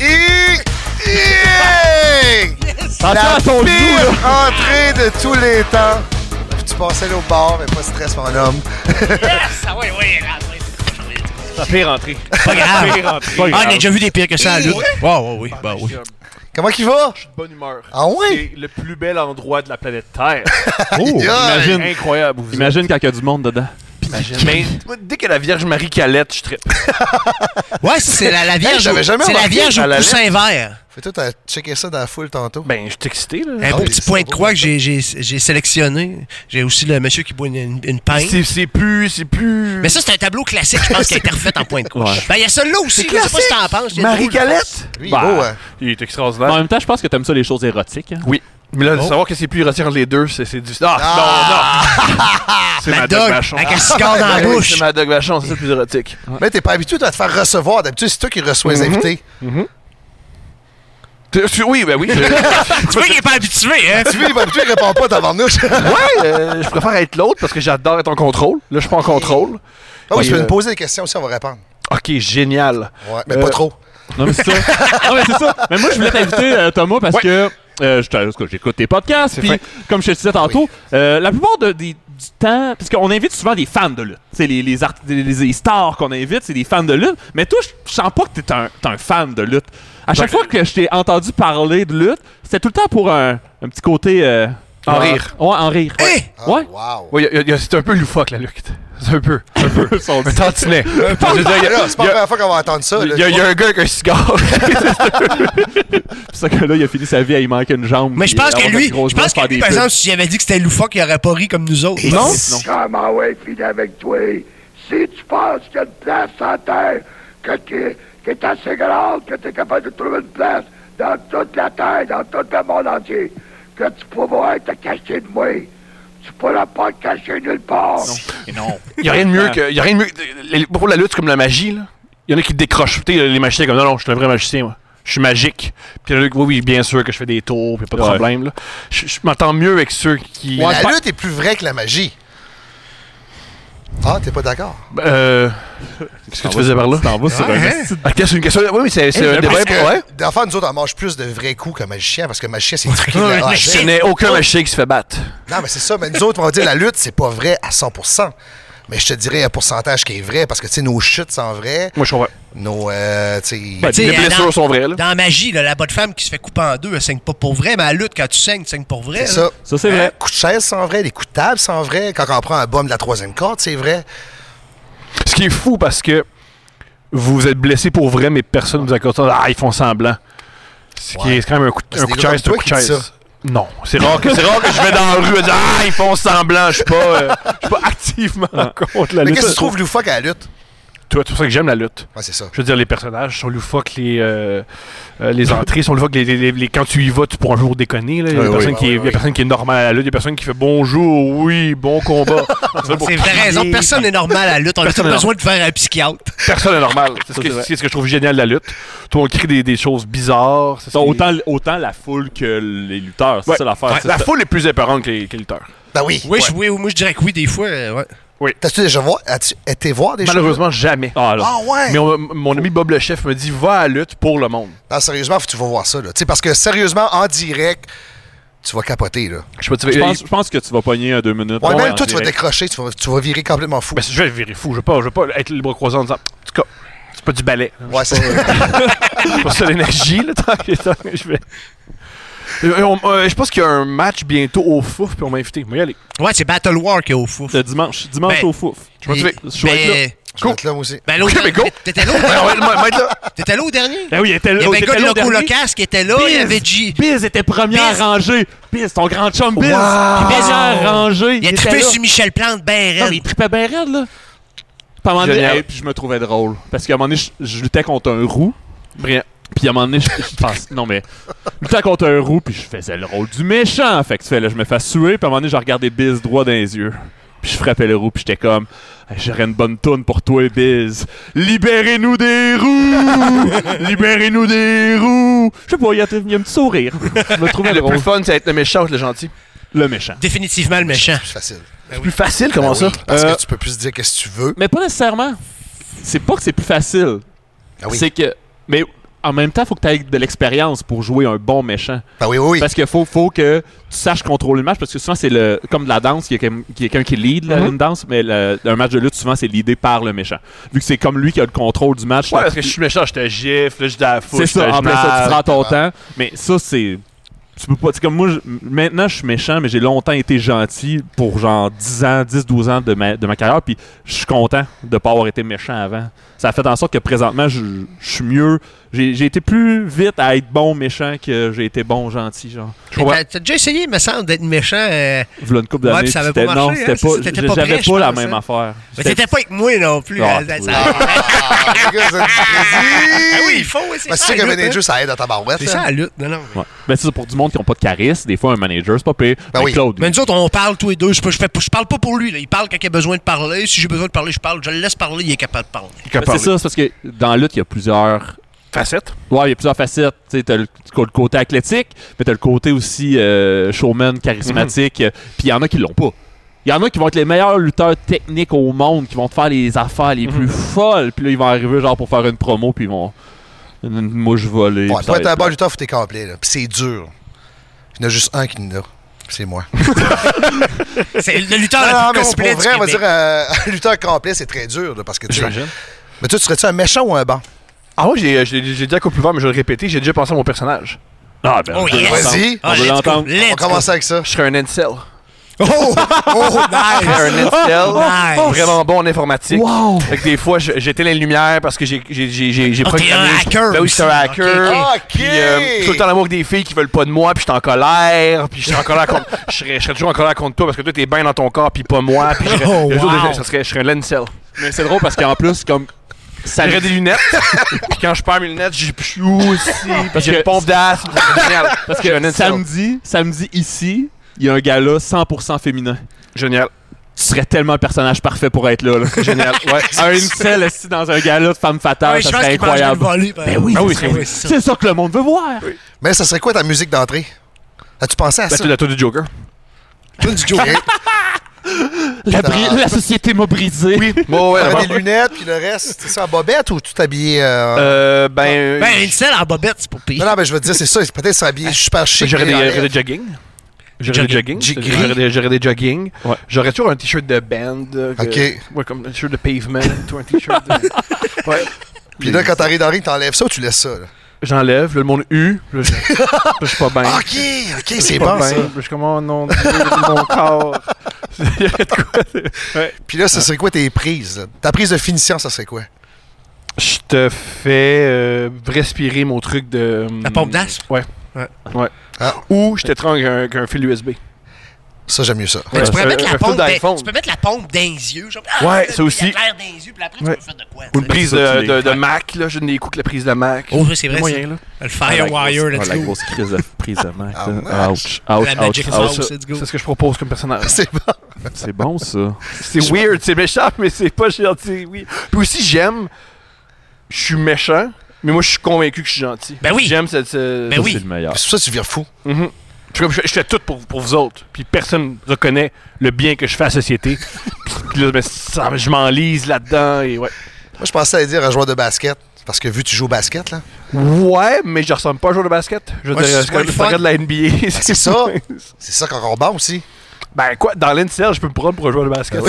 Il- il- il-
Attention
La
à ton genou,
pire entrée de tous les temps. Puis tu passais là au bar, mais pas de stress, mon homme.
Ah oui, oui, là,
La pire entrée.
Pas
La
grave.
pire entrée.
Ah, on a déjà vu des pires que ça à
Eh,
lutte.
ouais?
Ouais, ouais, oui. Bah oui.
Comment qu'il va?
Je suis de bonne humeur.
Ah oui?
C'est le plus bel endroit de la planète Terre.
Oh! Imagine,
Incroyable. vous
imagine quand il y a du monde dedans.
êtes. Mais moi, dès que la Vierge Marie calette, je trippe.
Ouais, ça, c'est la, la Vierge. au- c'est la Vierge au coussin vert.
Fais-toi checker ça dans la foule tantôt.
Ben, je suis excité, là.
Un beau petit point de croix que j'ai- j'ai j'ai sélectionné. J'ai aussi le monsieur qui boit une, une, une pinte.
C'est- C'est plus, c'est plus.
Mais ça, c'est un tableau classique, je pense, qui a été refait en point de croix. Ben, il y a celui-là aussi,
C'est
je sais pas si t'en
classique.
penses. il est
Marie
drôle, je
Calette?
Lui, il est
Bah,
beau, hein.
Il est extraordinaire.
En même temps, je pense que t'aimes ça les choses érotiques. hein.
Oui. Mais là, de
Oh.
savoir que c'est plus érotique entre les deux, c'est c'est difficile. Ah, non, non! C'est
La
ma dog
dog,
Vachon.
avec un cigare dans la
Ben oui,
bouche.
C'est ma dog Vachon, c'est ça le plus érotique.
Mais t'es pas habitué, tu vas te faire recevoir. D'habitude, c'est toi qui reçois les
Mhm.
invités.
Tu- tu- Oui, ben oui. je-
pense. Tu vois qu'il est pas habitué, hein?
Tu vois, d'habitude, il répond pas Ah devant nous.
ouais, euh, je préfère être l'autre parce que j'adore être en contrôle. Là, je suis pas en contrôle.
Ah oui,
Et,
tu peux
euh,
nous poser des questions aussi, on va répondre.
Ok, génial.
Ouais, mais
Euh,
pas trop.
Non, mais c'est ça. Non, mais c'est ça. Mais moi, je voulais t'inviter, euh, Thomas, parce que euh, je te- en tout cas, j'écoute tes podcasts. Puis,
fin.
comme je te disais tantôt, euh, la plupart de- des- du temps, parce qu'on invite souvent des fans de lutte. C'est les, les, art- les- les stars qu'on invite, c'est des fans de lutte. Mais toi, je je sens pas que t'es un, t'es un fan de lutte. À
Ben,
chaque fois que je t'ai entendu parler de lutte, c'était tout le temps pour un, un petit côté. euh,
En
euh,
rire.
Ouais, en rire.
Hey!
Ah,
Ouais.
Wow.
Ouais, y a- y a- c'est un peu loufoque, la lutte. C'est un peu. Un peu.
Son-
un tantinet. Je veux dire,
Ah,
y a-
là, C'est pas
y
la
a-
première fois qu'on va entendre ça. là.
Il y, a- y a un gars avec un cigare.
Puis ce gars-là, il a fini sa vie à il manquer une jambe.
Mais je
puis euh,
pense
avoir
que
de
lui,
grosses
je pense
bosses,
que
faire
lui,
des
par
pubs.
exemple, s'il avait dit que c'était loufoque, il aurait pas ri comme nous autres.
Non? Ah, Non.
Come away, puis avec toi. Si tu penses qu'il y a une place à terre, que tu que t'es assez grande, que tu es capable de trouver une place dans toute la terre, dans tout le monde entier, que tu pourras te cacher de moi, tu pourras pas te cacher nulle part.
Non.
Il y a rien de mieux que. Y a rien de mieux que- les- Pour la lutte, c'est comme la magie, là. Il y en a qui décrochent. Tu sais, les magiciens, comme non, non, je suis un vrai magicien, moi. Je suis magique. Puis il y en a qui, oui, oui, bien sûr que je fais des tours, puis pas de
Ouais.
problème, là. Je je m'entends mieux avec ceux qui.
Mais la lutte est plus vraie que la magie. Ah, t'es pas d'accord?
Euh. Qu'est-ce que tu faisais par là?
T'en vas sur un esti-
Ah, c'est une question. Oui, mais c'est c'est un débat.
Parce que,
Ah, Ouais.
d'enfin, nous autres, on mange plus de vrais coups qu'un magicien, parce que magicien, c'est truqué de la A à Z.
Je n'ai aucun magicien qui se fait battre.
ben, Non, mais c'est ça. Mais nous autres, on va dire la lutte, c'est pas vrai à 100 Mais je te dirais un pourcentage qui est vrai, parce que, tu sais, nos chutes sont vraies,
Moi, je comprends.
nos, euh, tu sais...
Ben,
Tu sais,
Les
euh, dans-
blessures sont vraies, là.
Dans la magie, là, la bonne femme qui se fait couper en deux, elle saigne pas pour vrai, mais à la lutte, quand tu saignes, tu saignes pour vrai.
C'est
là.
ça.
Ça, c'est vrai.
Les coups de chaise sont vrais, les coups de table sont vrais. Quand on prend un bum de la troisième corde, c'est vrai.
Ce qui est fou parce que vous vous êtes blessé pour vrai, mais personne ne vous accorde ça. Ah, ils font semblant. Ce qui
Ouais.
est quand même un coup, de-
C'est
un
des
coup de
gars
chaise, c'est
comme
un
toi
coup de
qui dit
chaise. Non, c'est rare, que, c'est rare que je vais dans la rue et dire Ah, ils font semblant. Je suis pas, euh, je suis pas activement contre la
Mais
lutte.
qu'est-ce que tu trouves loufoque à la lutte?
tout. C'est pour ça que j'aime la lutte.
Ouais, c'est ça.
Je veux dire, les personnages sont loufoques, les, euh, euh, les entrées sont loufoques. Les, les- les- les- quand tu y vas, tu pourras un jour déconner. là. Il y a
Ouais,
personne,
Ah oui.
qui, est,
Ouais,
il y a personne qui est normal à la lutte. Il y a personne qui fait bonjour, oui, bon combat.
C'est vrai raison. Personne n'est normal à la lutte. On a
Personne
tout
est
besoin de faire un psychiatre.
Personne n'est normal. C'est ce,
Ça, c'est
que-
vrai.
c'est ce que je trouve génial de la lutte. Toi, on crée des, des choses bizarres. c'est ce
Donc,
qui-
autant, autant la foule que les lutteurs, c'est
Ouais.
ça l'affaire.
Ouais,
c'est
la
ça.
foule est plus épeurante que les, que les lutteurs.
Ben oui.
Oui, je- oui, oui, moi je dirais que oui, des fois. euh, ouais.
Oui.
T'as-tu déjà voir- as-tu été voir des choses?
Malheureusement, jamais.
Ah ouais?
Mais on- mon ami Bob le Chef me dit va à la lutte pour le monde.
Non, Ah, sérieusement, faut que tu vas voir ça. Là. Tu sais, Parce que sérieusement, en direct, tu vas capoter. Là.
Je, sais pas, tu
Je
vas-
pense, je pense que tu vas pogner un deux minutes.
Ouais,
Ouais,
même
en
toi, tu vas
direct.
décrocher, tu vas, tu vas virer complètement fou.
Ben, je vais virer fou. Je vais pas, je vais pas être le bras croisé en disant en tout cas, c'est pas du ballet.
Ouais, c'est
C'est pas ça l'énergie, là, tant que tant que je vais. Euh, on- euh, je pense qu'il y a un match bientôt au Fouf, puis on m'a invité. Moi, y aller.
Ouais, c'est Battle War qui est au fouf.
Le dimanche. Dimanche
Ben,
au fouf.
Je vais
Mais-
te- je vais
mais-
être là.
Je vais être là, moi aussi.
Ben, l'autre,
Ok, mais go.
t'étais là au
Ben, ouais, moi, moi,
dernier.
être là.
T'étais là au dernier.
Ben oui, il était
Il y
là.
avait le gars
était
de
là au
Loco
dernier.
Locas qui était là. Il y avait
Biz.
G.
Biz était premier
hein? Biz.
à ranger. Biz, ton grand chum Biz.
Wow.
Premier à ranger.
Il a
était
trippé
là.
sur Michel Plante, ben
Non, mais il
raide.
trippait bien raide, là. Puis à un moment donné,
Génial.
hey, puis je me trouvais drôle. Parce qu'à un moment donné, je, je luttais contre un roux.
Brillant.
Puis à un moment donné, je, je pense. Non, mais. Je luttais contre un roux, puis je faisais le rôle du méchant. Fait que tu fais, là, je me fais suer, puis à un moment donné, je regardais Biz droit dans les yeux. Puis je frappais le roux, puis j'étais comme. Hey, J'aurais une bonne toune pour toi, Biz. Libérez-nous des roues! Libérez-nous des roues! Je sais pas, il y, a- il y a un petit sourire. Je me trouvais
Le
drôle.
plus fun, c'est être le méchant ou le gentil.
Le méchant.
Définitivement le méchant.
C'est facile.
C'est plus facile, comment
Ben
ça?
oui, parce
Euh,
que tu peux plus dire qu'est-ce que tu veux.
Mais pas nécessairement. C'est pas que c'est plus facile.
Ben oui.
C'est que. Mais en même temps, faut que tu aies de l'expérience pour jouer un bon méchant.
Ben oui, oui, oui.
Parce que faut, faut que tu saches contrôler le match. Parce que souvent, c'est le comme de la danse, il y a quelqu'un quelqu'un qui lead là,
Mhm.
une danse. Mais le- un match de lutte, souvent, c'est l'idée par le méchant. Vu que c'est comme lui qui a le contrôle du match.
Ouais,
t'as-
parce que je suis méchant, je te gifle, là, je te la fous,
c'est
je te
ça. En plus, ça, tu
gnasse.
prends ton temps. Mais ça, c'est. Tu peux pas. C'est comme moi, je- maintenant, je suis méchant, mais j'ai longtemps été gentil pour genre 10 ans, 10, 12 ans de ma, de ma carrière. Puis je suis content de pas avoir été méchant avant. Ça a fait en sorte que présentement, je, je suis mieux. J'ai j'ai été plus vite à être bon méchant que j'ai été bon gentil, genre.
Mais T'as t'as déjà essayé, me semble, d'être méchant. euh,
V'là une couple
Ouais,
d'années.
puis ça avait
c'était-
pas
non,
marché,
c'était
hein, c'est ça,
pas.
t'étais pas
J'avais
prêt,
pas
je
la
pense,
même
hein.
affaire.
Mais t'étais pas avec moi non plus.
Ah,
euh, ça-
oui.
ça-
Ah, les gars, vous êtes
Ah
précis.
oui, il faut, ouais, c'est
Ben, c'est
ça.
sûr
la
qu'un
lutte, hein.
manager, ça aide à ta barouette. hein?
C'est
là.
ça la lutte. Non, non.
Ouais. Ben, c'est ça, pour du monde qui n'a pas de charisme. Des fois, un manager, c'est pas pire.
Ben
Mais
oui.
Claude,
Mais nous autres, on parle tous les deux. Je, peux- je fais- je parle pas pour lui. là. Il parle quand il a besoin de parler. Si j'ai besoin de parler, je parle. Je le laisse parler. Il est capable de parler.
Ben, c'est ça, c'est parce que dans la lutte, il y a plusieurs
Facette.
Ouais, il y a plusieurs facettes. Tu sais, t'as le, t'as le côté athlétique, mais t'as le côté aussi euh, showman, charismatique. Euh, Puis il y en a qui l'ont pas. Il y en a qui vont être les meilleurs lutteurs techniques au monde, qui vont te faire les affaires les plus folles. Puis là, ils vont arriver genre pour faire une promo, puis ils vont. Une une mouche volée.
Ouais,
puis ça
pour
va
être un
être
bon
hein?
plat.
lutteur, faut que t'es complet. là. Puis c'est dur. Il y en a juste un qui en a. C'est moi.
C'est le lutteur
Non,
le
Ah, non,
plus
mais c'est
complet
pour vrai,
du
on va
Québec.
dire, euh, un lutteur complet, c'est très dur. là, parce que tu
J'imagine.
Mais toi, tu serais-tu un méchant ou un bon?
Ah ouais, j'ai, j'ai, j'ai dit à Coupe mais je vais le répéter, j'ai déjà pensé à mon personnage.
Ah, ben,
Oh,
on peut
yes.
l'entendre.
Vas-y.
On veut
let's go.
l'entendre.
On
Let's
va
go.
commencer avec ça.
Je serais un incel.
Oh! Oh!
Je serais un incel.
Nice.
Vraiment bon en informatique.
Wow!
Fait que des fois, je- j'étais les lumières parce que j'ai j'ai j'ai j'ai j'ai
Ah, t'es un hacker
Ben oui, c'est un
aussi.
hacker.
Ok, ok.
Puis, euh, tout le temps l'amour des filles qui veulent pas de moi, puis j'étais en colère, puis je suis en colère contre je serais, je serais toujours en colère contre toi parce que toi t'es bien dans ton corps puis pas moi, puis je serais,
Oh,
le jour
wow.
de- ça serait je serais un lancel.
Mais c'est drôle parce qu'en plus, comme. Ça
J'aurais des lunettes. puis quand je perds mes lunettes, j'ai plus aussi, puis
Parce
j'ai
que-
une pompe d'asthme. c'est génial.
Parce
Je suis
que
un incel.
samedi, samedi ici, il y a un gala 100% féminin.
génial.
Tu serais tellement le personnage parfait pour être là. là.
Génial. Ouais.
un incel assis dans un gala de femme fatale,
Ouais, Ah je
ça
pense
serait
qu'il mangerait le
incroyable.
volet, par
Ben
exemple.
oui,
Ah
c'est ça.
c'est ça.
C'est ça que le monde veut voir.
Mais ça serait quoi ta musique d'entrée? As-tu pensé à ça?
Ben, c'est la tour du Joker.
Tune du Joker.
La, bri- la société m'a brisé. Oui.
Bon, ouais,
T'avais
bon.
des lunettes, puis le reste, c'est ça, en bobette ou tu t'habillais... euh,
Euh, ben,
Ben, une selle en bobette, c'est pour
Non,
pire.
non, mais je veux te dire, c'est ça. Peut-être que ça habillé super chic.
Ah, J'aurais des, euh,
mais en
j'aurais
l'air.
des jogging. J'aurais des jogging.
Jogging.
J'aurais des, j'aurais des jogging.
Ouais.
J'aurais toujours un t-shirt de band. euh, que-
Ok.
ouais, comme un t-shirt de pavement. tout un t-shirt. de- Ouais.
Puis là, quand t'arrives dans le ring, t'enlèves ça ou tu laisses ça? là?
J'enlève. là, Le monde U. là, Je là, je suis pas
OK,
bien.
OK,
Je suis
Ah, c'est
pas
bon,
bien.
ça.
Là, Je suis comme, oh non, Dieu, mon corps. Il y aurait de quoi.
Puis
Ah.
là, ça serait quoi tes prises? là? Ta prise de finition, ça serait quoi?
Je te fais euh, respirer mon truc de.
La pompe d'asthme?
Ouais.
Ouais.
Ouais.
Ah.
Ou je t'étrangle avec un, avec un fil USB.
Ça, j'aime mieux ça.
Mais tu, pourrais mettre la pompe dans,
d'iPhone.
tu peux mettre la pompe dans les yeux. Genre, ah,
Ouais,
là,
ça aussi.
Il y a l'air dans les yeux, puis après, tu peux faire de quoi?
Ou une prise de, de- de
Ouais.
Mac, là. J'ai une des coups que la prise de Mac.
Oh, oui, c'est vrai, ça.
Moyen, là.
Le Firewire,
Oh,
Ah, la
let's
grosse- ah, La
go.
grosse crise de prise de Mac.
Ah,
hein.
là. Ouch. Ouch.
La
ouch,
Magic
ouch.
Mouse,
Ah, Ça,
let's go.
C'est ce que je propose comme personnage.
C'est bon.
C'est bon, ça. C'est
Je-
weird, c'est méchant, mais c'est pas gentil, oui. Puis aussi, j'aime. Je suis méchant, mais moi, je suis convaincu que je suis gentil.
Ben oui.
J'aime cette. ce-
Ben
ça,
oui.
C'est le meilleur.
C'est pour ça que tu deviens fou.
Mhm. Je, suis comme, je- je fais tout pour, pour vous autres, puis personne ne reconnaît le bien que je fais à la société. puis là, ben, ça- je m'enlise là-dedans, et ouais.
Moi, je pensais à dire un joueur de basket. Parce que vu que tu joues au basket, là.
Ouais, mais je ressemble pas à un joueur de basket. Je veux
Ouais,
dire,
c'est
je
moins le
regarde je
fun.
regarde la NBA.
C'est ça. C'est ça qu'on combat aussi.
Ben quoi, dans l'NCL, je peux me prendre pour un joueur de basket.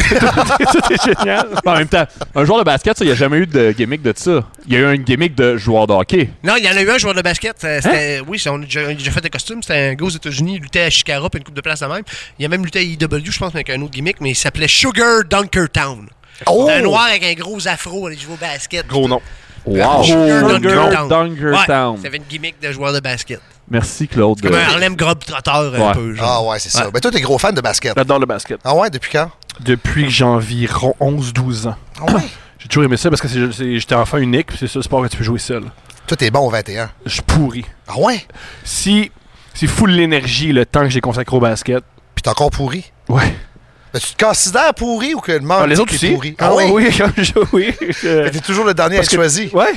c'est génial.
en même temps, un joueur de basket, ça, il n'y a jamais eu de gimmick de ça. Il y a eu un gimmick de joueur de hockey.
Non, il y en a eu un joueur de basket. euh, c'était-
Hein?
Oui, c'est- on a déjà, on a déjà fait des costumes. C'était un gars aux États-Unis. Il luttait à Chicago, puis une coupe de place de même. Il a même lutté à IW, je pense, mais avec un autre gimmick, mais il s'appelait Sugar Dunker Town.
Oh!
Un noir avec un gros afro, il jouait au basket.
Gros nom.
Wow.
Sugar
Sugar
Dunker Town.
Dunker
Ouais,
Town.
Ça avait une gimmick de joueur de basket.
Merci, Claude.
Comme un
Euh,
Harlem Globetrotter, un
Ouais.
peu. genre.
Ah ouais, c'est ça. Ben toi, t'es gros fan de basket.
J'adore le basket.
Ah ouais, depuis quand?
Depuis que j'ai environ 11-12 ans.
Ah ouais.
J'ai toujours aimé ça parce que c'est- c'est- j'étais enfant unique, puis c'est ça le sport que tu peux jouer seul.
Toi, t'es bon au 21.
Je pourris.
Ah ouais?
Si c'est fou de l'énergie et le temps que j'ai consacré au basket.
Puis t'es encore pourri?
Ouais.
Ben, tu te considères pourri ou que le monde
Ah, les
dit
autres
que
aussi.
t'es pourri?
Ah,
oui?
oui, je- oui. je-
Fait que T'es toujours le dernier à
Parce
être
que-
choisi.
Ouais.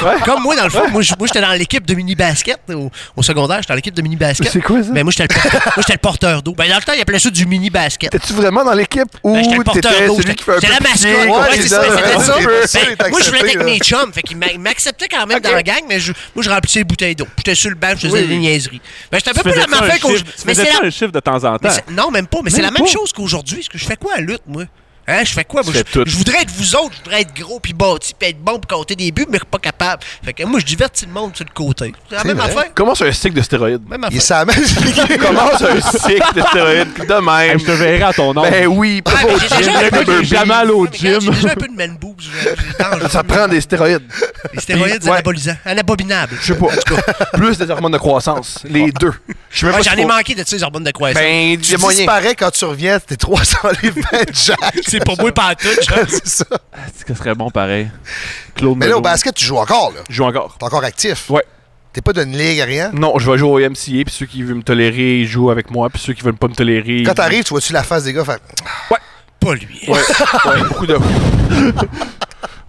Ouais.
Comme moi, dans le fond, moi, je- moi, j'étais dans l'équipe de mini-basket au, au secondaire. J'étais dans l'équipe de mini-basket.
C'est quoi, ça?
Ben, moi, j'étais le, porteur- moi, j'étais le porteur d'eau. Ben, dans le temps, il appelait ça du mini-basket.
T'es-tu vraiment dans l'équipe ou
Ben, j'étais le
t'étais
porteur d'eau.
celui qui fait un
J'étais j'étais la
peu pitié,
mascotte.
qu'on
Ouais,
te
c'est ça, ben,
donne?
c'était ça.
Ouais, c'est ça, il est
Ben, Moi, je venais
accepté,
avec
là.
mes chums. Fait qu'ils m'a- m'acceptaient quand même dans la gang, mais je- moi, je remplissais les bouteilles d'eau. J'étais sur le banc, je faisais
Oui.
des niaiseries. Ben, j'étais un peu
tu
plus
faisais
la même
ça un
affaire qu'au-
chiffre- tu
mais
faisais
c'est
ça
la-
un chiffre de temps en temps.
mais c'est- Non, même pas. Mais c'est
Même
la même
pas.
chose qu'aujourd'hui. Ce que je fais quoi à lutte, moi? Hein, je fais quoi? Moi,
Tu
je,
fais tout.
je voudrais être vous autres, je voudrais être gros, puis bâti, puis être bon, puis compter des buts, mais pas capable. Fait que moi, je divertis le monde sur le côté. C'est la
C'est
même
vrai.
affaire.
Comment sur un stick de stéroïdes?
Même
Il est
affaire.
sur la même
Comment sur un stick de stéroïdes? De
Hey,
même.
je te verrai à ton nom.
Ben oui, pas
Ouais, mais
au
j'ai
gym,
déjà-
le
j'ai
Burpees.
jamais allé au
Ouais, mais regarde,
gym.
J'ai déjà un peu de man boobs. j'ai- j'ai tant envie.
Ça prend des stéroïdes.
Les stéroïdes
Ouais.
anabolisants. Anabominables.
Je sais pas. Plus des hormones de croissance. Les deux. Je sais même
Ouais,
pas
J'en
si
ai
faut-
manqué de ça, les hormones de croissance.
Ben, il y
Tu
a moyen.
disparais quand tu reviens, t'es 300 livres, Jack.
c'est pour moi, pas en tout. genre.
C'est ça.
Est-ce que ce serait bon pareil? Claude
Mais là, au
Meloux.
basket, tu joues encore, là.
Je joue encore.
T'es encore actif.
Ouais.
T'es pas d'une ligue, rien.
Non, je vais jouer au MCA, puis ceux qui veulent me tolérer, ils jouent avec moi, puis ceux qui veulent pas me tolérer.
Quand t'arrives, tu vois-tu la face des gars faire
Pas lui. hein.
Ouais, ouais, beaucoup de.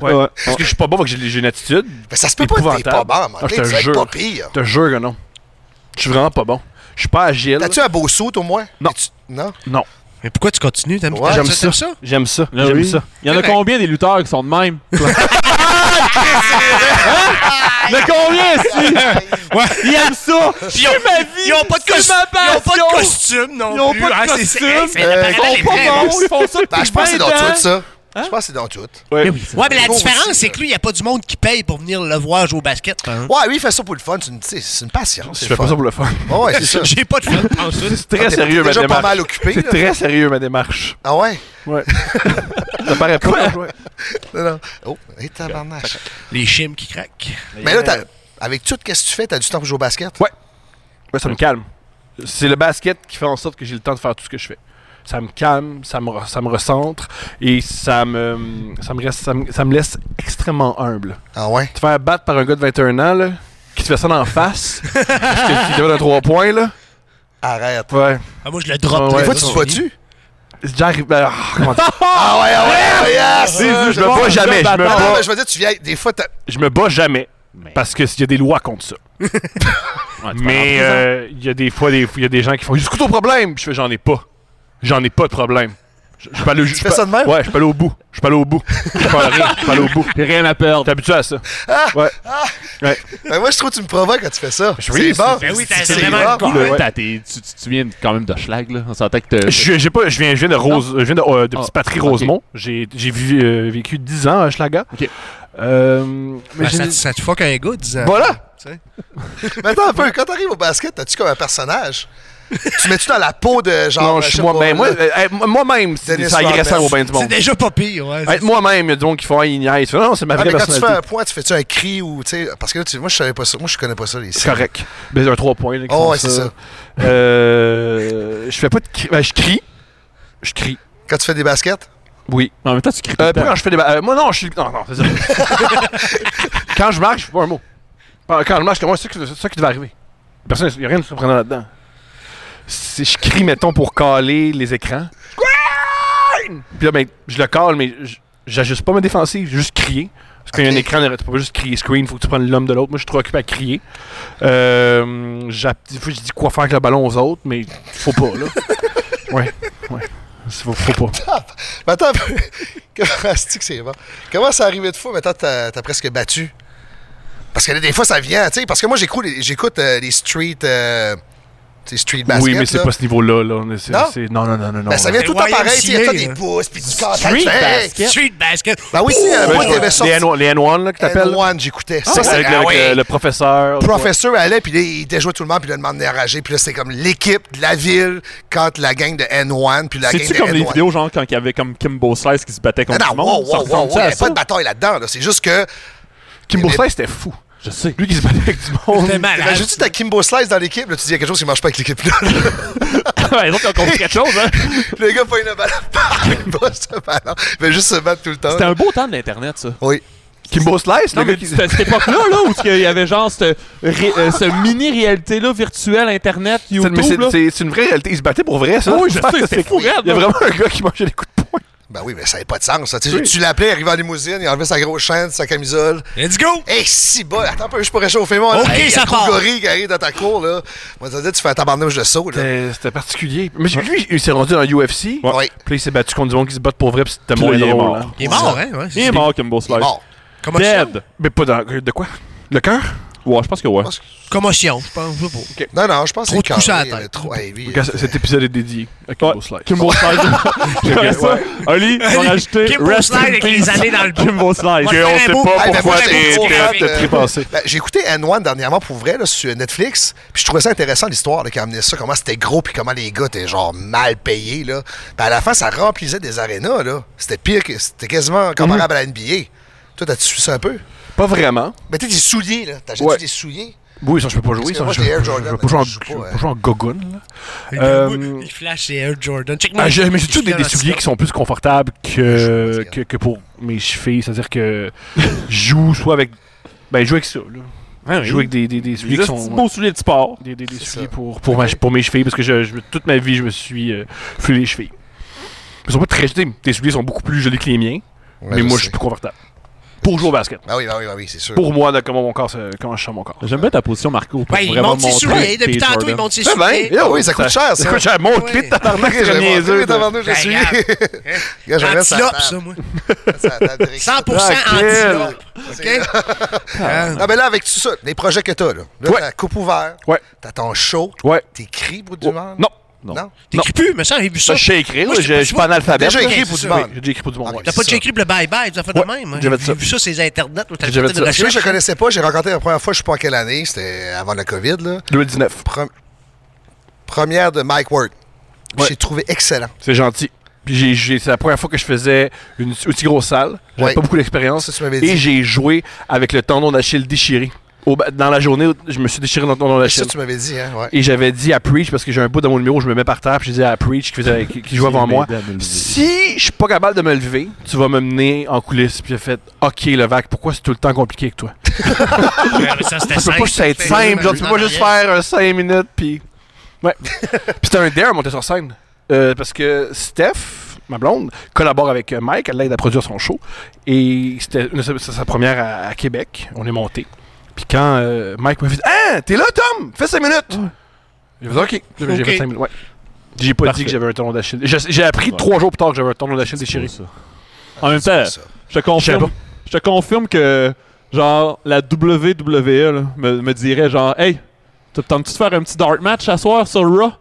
Ouais.
Ouais.
Parce que je suis pas bon, parce que j'ai j'ai une attitude.
Ben, ça se peut pas que t'es pas
Épouvantable.
bon, man.
Ah, je
T'es
te jure.
pas pire.
Je te jure que non. Je suis vraiment pas bon. Je suis pas agile.
T'as-tu un beau saut, au moins?
Non.
T'es-tu- Non?
Non.
Mais pourquoi tu continues? T'aimes
Ouais,
t'aimes
j'aime
t'aimes
J'aime ça. Ah
Là,
J'aime
Ah oui.
ça.
Il y en a
Correct.
combien des lutteurs qui sont de même? Ah, Hein? Il y en a combien, si? Ils aiment ça!
Ils ont, ils ont pas de
c'est
costume.
ma
Ils ont pas
passion.
de costume non
Ils ont
plus.
pas de
Ah, c'est-
costume.
c'est- c'est-
Euh,
la
ils
parallèle
Ils
est
font
très
pas
bonne.
bon, ils font ça depuis
Ben, je pense que c'est
20
dans
ans.
tout, ça. Je pense que c'est dans tout.
Hein? Ouais.
Ouais, mais la
Bon,
différence,
aussi,
c'est que lui, il n'y a pas du monde qui paye pour venir le voir jouer au basket.
Ouais, lui, il fait ça pour le fun. C'est une, tu sais, c'est une passion.
Je fais pas ça pour le fun.
Ouais, ouais, c'est ça.
J'ai pas de fun en tout.
C'est très
t'es-
sérieux,
t'es
ma
déjà pas
démarche.
mal occupé,
C'est
là.
très sérieux, ma démarche.
Ah ouais?
Ouais. ça paraît pas. ouais.
Non, non. Oh, et tabarnache.
Les chimes qui craquent.
Mais là,
euh,
t'as- avec tout, qu'est-ce que tu fais? T'as du temps pour jouer au basket?
Ouais. Ouais, ça me calme. C'est le basket qui fait en sorte que j'ai le temps de faire tout ce que je fais. Ça me calme, ça me, re- ça me recentre et ça me, ça, me reste- ça, me, ça me laisse extrêmement humble.
Ah ouais?
Te faire battre par un gars de 21 ans, là, qui te fait ça dans la face, parce que- qui te donne un 3 points, là.
Arrête.
Ouais.
Ah, moi, je le drop.
Ah ouais.
Des
là.
fois, tu te vois-tu?
Déjà arrivé. Ah, comment dire?
Ah ouais, ah ouais, ah yeah,
Je
ça,
me bats jamais. Je me
Non, non,
bats,
Ah, mais je veux dire, tu viens. Des fois, t'as.
je me bats jamais. Parce qu'il y a des lois contre ça. Mais euh, il y a des fois, des- il y a des gens qui font jusqu'où ton problème? Puis Je fais j'en ai pas. J'en ai pas de problème. Je, je peux aller, je
fais
peux-
ça de même?
Ouais, je peux aller au bout. Je peux aller au bout. Je peux aller, je peux aller au bout.
J'ai euh, rien à
T'es
perdre.
habitué à ça. Ouais. ouais.
ah! Ben, moi, je trouve que tu me provoques quand tu fais ça.
Oui,
c'est bon.
Ben oui, t'as
C'est
vraiment
bon.
le goût.
Ouais.
T'as- t'es- tu, tu- tu viens de- quand même de schlag, là. On s'entend que t'as-
Je, j'ai pas, je, viens, je viens de, Rose, je viens de, euh, de
Ah,
Petite Patrie
ok.
Rosemont. J'ai, j'ai vu- euh, vécu 10 ans à Schlaga.
Ok.
Euh, mais
Ben,
j'ai-
ça, ça te fuck un gars, disant.
Voilà!
Mais attends un peu, quand t'arrives au basket, t'as-tu comme un personnage? tu mets-tu dans la peau de genre.
non, je
sais
suis moi-même.
pas,
Moi,
là?
euh, moi- moi-même, c'est
Dennis
c'est agressant
Rodman.
au bain du monde.
ben. C'est déjà
pas pire, ouais.
Être moi-même, il y a du monde qui font Ah, il niaise. Non, c'est ma
Ah,
vraie
mais quand tu fais
personnalité.
un point, tu fais-tu un cri ou. tu sais, Parce que là, tu- moi, je savais pas ça. Moi, je connais pas ça, les
C'est correct. Mais un 3 points. là, qui
Oh,
font
ouais, c'est ça.
Euh, je fais pas de cri. ben, je crie. Je crie.
Quand tu fais des baskets?
Oui.
En même temps, tu cries
Euh, pas quand je fais des ba- euh, Moi, non, je suis. Non, non, c'est ça. quand je marche, je fais pas un mot. Quand quand je marche, moi, c'est ça qui- c'est ça qui devait arriver. Personne, il n'y a rien de surprenant là-dedans. Si je crie, mettons, pour caler les écrans. Puis là, ben, je le cale, mais j- j'ajuste pas ma défensive, j'ai juste crié. Parce qu'il y a un écran, tu peux pas juste crier screen, faut que tu prennes l'homme de l'autre. Moi, je suis trop occupé à crier. Euh, j'app- des fois, je dis quoi faire avec le ballon aux autres, mais faut pas, là. ouais, ouais. Faut, faut pas.
Mais attends, un peu. comment c'est que c'est bon? Comment ça arrivé de fois, maintenant, t'as t'as presque battu? Parce que là, des fois, ça vient, tu sais, parce que moi, j'écoute, les- j'écoute euh, les street, euh, tu sais, street basket.
oui, mais c'est
là.
pas ce niveau-là. Là. On est- c'est-
Non?
c'est- non? non, non, non, non.
Ben, ça vient
Ouais.
tout le temps pareil, tu sais, t'as des pouces, puis du corps,
Street
basket. Street basket. Oh,
Ben oui,
Ouais,
c'est, euh,
ouais,
moi,
ouais.
t'avais sorti.
Les N1, les N1, là, que t'appelles.
N1, j'écoutais.
Ah,
Ça,
ouais,
c'est
avec, le,
ah
avec,
ouais.
euh, le professeur.
Le professeur allait, puis là, il déjouait tout le monde, puis là, le monde venait rager, puis là, c'était comme l'équipe de la ville contre la gang de N1, puis la gang de
C'est-tu comme
N1.
les vidéos, genre, quand il y avait comme Kimbo Slice qui se battait contre
Non,
tout le
wow,
monde? ça
wow, wow,
ressemble-tu
wow, il
à
n'y a
ça?
pas de bataille là-dedans, là. c'est juste que...
Kimbo Slice, c'était fou. Je sais. Lui qui se battait avec du monde.
T'imagines-tu t'as Kimbo Slice dans l'équipe, là, tu dis, il y a quelque chose qui marche pas avec l'équipe-là.
Les autres, ils ont compris quelque chose, hein?
le gars pas une balle, il bat ce ballon, il fait juste se battre tout le temps.
C'était un beau temps de l'Internet, ça.
Oui.
Kimbo Slice,
Non, mais c'était à cette époque-là, là, où il y avait genre ce, ré- euh, ce mini-réalité-là virtuelle, Internet,
C'est- mais
YouTube,
c'est-
là.
C'est c'est une vraie réalité. Il se battait pour vrai, ça.
Oui, je sais,
C'était
c'est fou, raide,
Il y a
là.
vraiment un gars qui mangeait des coups de
Ben oui, mais ça n'avait pas de sens. ça. Tu sais, Tu l'appelais, il arrivait en limousine, il enlevait sa grosse chaîne, sa camisole.
Let's go!
Hé, si bas! Attends un peu, je peux réchauffer moi.
Ok,
il y a
ça
trop
part.
de gorilles qui arrive dans ta cour, là. Moi, ça veut dire, tu fais un tabarnouche de saut, là.
poing. C'était particulier. Mais lui, il s'est rendu dans UFC.
Ouais.
Puis il s'est battu contre du monde qui se battent pour vrai. Puis c'était
Puis là,
moins
il est
drôle.
mort.
hein.
Il est mort, hein, ouais, c'est Il est ça. mort, Kimbo Slice. Il est mort. Commotion?
Dead. Mais pas dans. De quoi Le cœur
Ouais, je pense que ouais.
Commotion, je pense. je sais pas.
Non, non, je pense
Trop
que
de couches à la
carré,
tête.
euh, Trop heavy.
Ok, c- Cet épisode est dédié à Kimbo Slice.
Kimbo Slice. J'aimerais ça. Oli, on a ajouté
Kimbo
Rest in
Slice avec les
peace.
années dans le dos.
Kimbo Slice.
Moi, je ferais un beau-
Hey, ben, moi, j'écoute
t'es-
N1,
t'es- t'es
euh,
trépassé.
ben, J'ai écouté N1 dernièrement pour vrai là, sur Netflix, puis je trouvais ça intéressant l'histoire là, qui amenait ça, comment c'était gros, puis comment les gars étaient genre mal payés. Là. Puis à la fin, ça remplissait des arénas. là. C'était pire, que c'était quasiment comparable à la NBA. Toi, t'as-tu suivi ça un peu?
Pas vraiment.
Mais t'es des souliers, là. T'as
Ouais.
des souliers?
Oui, ça, je peux pas jouer.
Parce que
Ça,
moi,
je,
j'ai Air
je- je-
Jordan,
je peux
mais
pas jouer en-
je joue pas,
je peux
hein.
pas jouer en gogoon. là.
Il
Euh,
Il flash et Air Jordan. Check
Ah, j'ai- mais j'ai toujours des, des souliers qui sont plus confortables que, que, que pour mes chevilles. C'est-à-dire que je joue soit avec. Ben, je joue avec ça. Là.
Ouais,
je joue
oui.
avec des, des, des souliers
Des
qui sont.
petits beaux souliers de sport.
Des, des, des souliers pour, pour, ma- pour mes chevilles, parce que je, je- toute ma vie, je me suis euh, fait les chevilles. Ils sont pas très. tu sais, Tes souliers sont beaucoup plus jolis que les miens, mais
je
moi,
sais.
je suis plus confortable. Pour jouer au basket.
Ben oui, ben oui, ben oui, c'est sûr.
Pour moi, de comment mon corps, se- comment je sens mon corps.
J'aime bien ta position, Marco.
Ben,
Ouais, il monte ses souliers. Depuis tantôt, il monte ses souliers.
Eh oui, ça coûte cher, ça.
Ça coûte cher. Mon clé de tabarnak,
Ouais,
c'est
j'ai
niaiseux,
montré mes
là.
tabarnouches, j'ai
Ben,
suivi.
regarde.
Gars, je reste à la
Hein? Antilope,
table.
ça, moi.
Ça, la table,
100%
Tranquille.
antilope. OK?
Ah, mais là, avec tout ça, les projets que t'as, là. Là,
Ouais.
t'as coupe ouverte.
Ouais.
T'as ton show.
Ouais.
T'écris pour du monde.
Oh,
Non.
Non. Ah,
T'écris plus, mais ça, j'ai vu ça.
Ben,
Ça, je sais écrire,
Moi,
là,
je sais
je je suis pas analphabète.
T'as déjà écrit
là.
pour du
Oui,
monde.
J'ai euh, déjà écrit pour du monde. ouais.
T'as pas déjà écrit pour le bye-bye, tu as fait de même. hein?
j'avais ça.
J'ai vu ça sur les internets. où t'as
J'avais
fait
ça.
une
Parce que moi,
recherche.
je connaissais pas. J'ai rencontré la première fois, je sais pas en quelle année. C'était avant la COVID, là.
2019.
Pre- Première de Mike Ward.
Ouais.
J'ai trouvé excellent.
C'est gentil. Puis j'ai- j'ai- c'est la première fois que je faisais une aussi grosse salle. J'avais
Ouais.
pas beaucoup d'expérience.
dit.
Et j'ai joué avec le tendon d'Achille déchiré. Au ba- dans la journée, je me suis déchiré dans le tendon d'Achille.
Ça, tu m'avais dit, hein. Ouais.
Et j'avais dit à Preach, parce que j'ai un bout dans mon numéro, je me mets par terre, puis j'ai dit à Preach qui, faisait, qui, qui jouait avant moi, si je suis pas capable de me lever, tu vas me mener en coulisses. Puis j'ai fait, OK, Levac, pourquoi c'est tout le temps compliqué avec toi?
Ouais, mais ça, c'était
Ça peut
simple.
pas juste être simple, genre, tu peux pas juste faire un 5 minutes, puis... Ouais. puis c'était un dare monter sur scène. Euh, parce que Steph, ma blonde, collabore avec euh, Mike, elle l'aide à produire son show. Et c'était une- c'est sa première à, à Québec. On est monté. Puis quand euh, Mike m'a dit Hein, t'es là, Tom Fais 5 minutes J'ai fait OK. J'ai
Ok.
fait 5 minutes. Ouais. J'ai pas
Parfait.
dit que j'avais un tendon d'Achille. Je- J'ai appris
Ouais.
trois jours plus tard que j'avais un tendon d'Achille déchiré.
En même temps, je te confirme, je te confirme que genre la WWE là, me, me dirait genre hey, tu tentes de faire un petit dark match à soir sur Raw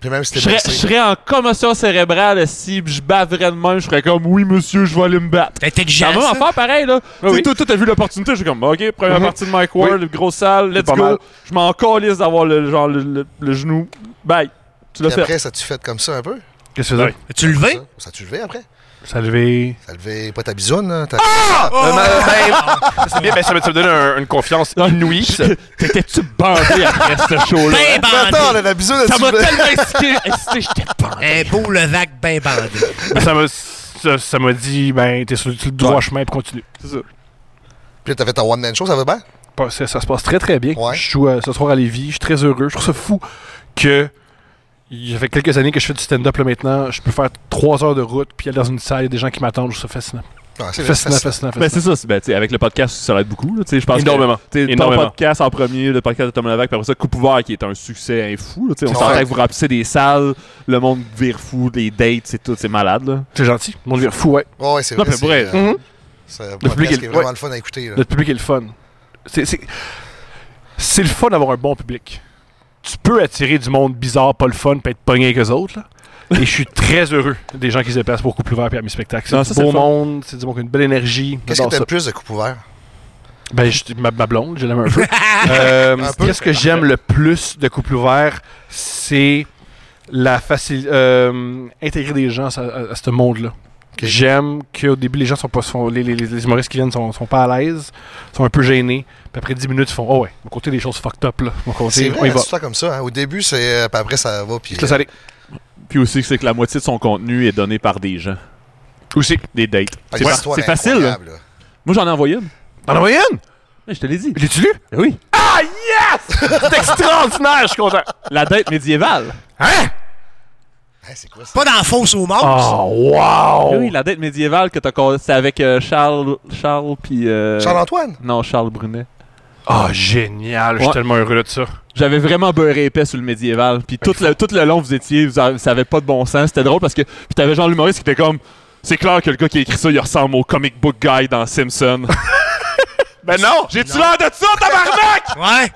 Puis même si
Je
t'es
serais- je
blessé.
serais en commotion cérébrale si je baverais de même, je serais comme oui monsieur, je vais aller me battre.
T'es intelligent.
Ça va
ça.
en faire pareil là. Tu sais,
oui.
Toi, toi, t'as vu l'opportunité, je suis comme OK, première
Mhm.
partie de Mike Ward, grosse salle, let's
pas
go.
mal.
Je m'en calisse d'avoir le genre le, le- le genou. Bye. Tu l'as
Puis
fait.
Après, ça tu fait comme ça un peu?
Qu'est-ce que c'est?
Tu levé?
Ça tu levé après?
Ça levé.
Ça levé pas ta bisoune, hein? là? ta-
Ah! Euh, ben, ben, c'est bien, ben, ça me ça me donne un- une confiance inouïe. ça.
T'étais-tu bandé après ce show-là?
Ben bandé.
Attends, là, la bisoune,
Ça
tu
m'a
veux-
tellement
excité, excité, j'étais
bandé. Un beau levac bien bandé.
Ben, ça m'a- ça- ça m'a dit, ben, t'es sur le droit chemin, puis continue.
C'est ça.
Puis là, t'as fait ton one-man show, ça va bien?
Pas- Ça, ça se passe très très bien.
Ouais.
Je joue euh, ce soir à Lévis, je suis très heureux. Je trouve ça fou que il fait quelques années que je fais du stand-up là maintenant. Je peux faire trois heures de route, puis aller dans une salle, il y a des gens qui m'attendent, je trouve ça fascinant.
Ah, c'est
fascinant,
fascinant.
fascinant,
Ben,
fascinant.
c'est ça, c'est- ben, tu sais, avec le podcast, ça l'aide beaucoup. là, tu sais, Je pense que-
Énormément.
tu sais, Ton
Énormément.
podcast en premier, le podcast de Tom Levac, puis après ça, Coup Pouvoir, qui est un succès hein, fou. là, tu sais, on
Ouais.
s'entend que vous remplissez des salles, le monde vire fou, les dates, c'est tout, c'est malade. Là.
C'est gentil. Mon devient fou, ouais.
Ouais, ouais, c'est
Non,
vrai.
mais bref.
euh,
Mhm.
C'est un podcast qui est vraiment
ouais.
le fun à écouter. là.
Notre public est le fun. C'est- C'est c'est le fun d'avoir un bon public. Tu peux attirer du monde bizarre, pas le fun, puis être pogné avec eux autres. là. Et je suis très heureux des gens qui se déplacent pour Couple Ouvert puis à mes spectacles.
Non,
C'est
ça,
du
c'est
beau
le fun.
monde, c'est du monde qui a une belle énergie.
Qu'est-ce que
J'adore
t'aimes
ça.
plus de coupe ouvert?
Ben, je- ma, ma blonde, je l'aime un peu. Euh,
Un peu.
Qu'est-ce que j'aime le plus de couple ouvert, c'est la facilité. intégrer des gens à, à- à ce monde-là. J'aime qu'au début, les gens sont pas. sont- les, les- les humoristes qui viennent sont, sont pas à l'aise, sont un peu gênés. Puis après 10 minutes, ils font Oh ouais, on va compter des choses fucked up. Là. On va compter-
C'est
on y
vrai,
va.
c'est ça comme ça. hein. Au début, c'est. euh, Puis après, ça va. Puis.
Je te laisse aller.
Puis aussi, c'est que la moitié de son contenu est donné par des gens.
Aussi.
Des dates.
Ah,
C'est
une
fa-
histoire
c'est facile. là.
incroyable, là.
Moi, j'en ai envoyé une.
T'en as envoyé une
Ouais, Je te l'ai dit.
L'as-tu lu
Eh Oui.
Ah yes C'est extraordinaire, je suis content.
La date médiévale.
Hein
Hein, c'est quoi ça?
Pas dans la fosse au
Ah,
monde.
Oh wow
Eh Oui, la date médiévale que t'as con- C'est avec euh, Charles. Charles, puis. euh,
Charles-Antoine?
Non, Charles Brunet.
Oh génial, je suis
Ouais.
tellement heureux de ça.
J'avais vraiment beurré épais sur le médiéval. Puis tout le, tout le long, vous étiez, vous avez- ça avait pas de bon sens. C'était drôle parce que. Puis t'avais genre l'humoriste qui était comme. C'est clair que le gars qui a écrit ça, il ressemble au comic book guy dans Simpson.
Ben non
J'ai-tu l'air de ça, tabarnak?
Ouais.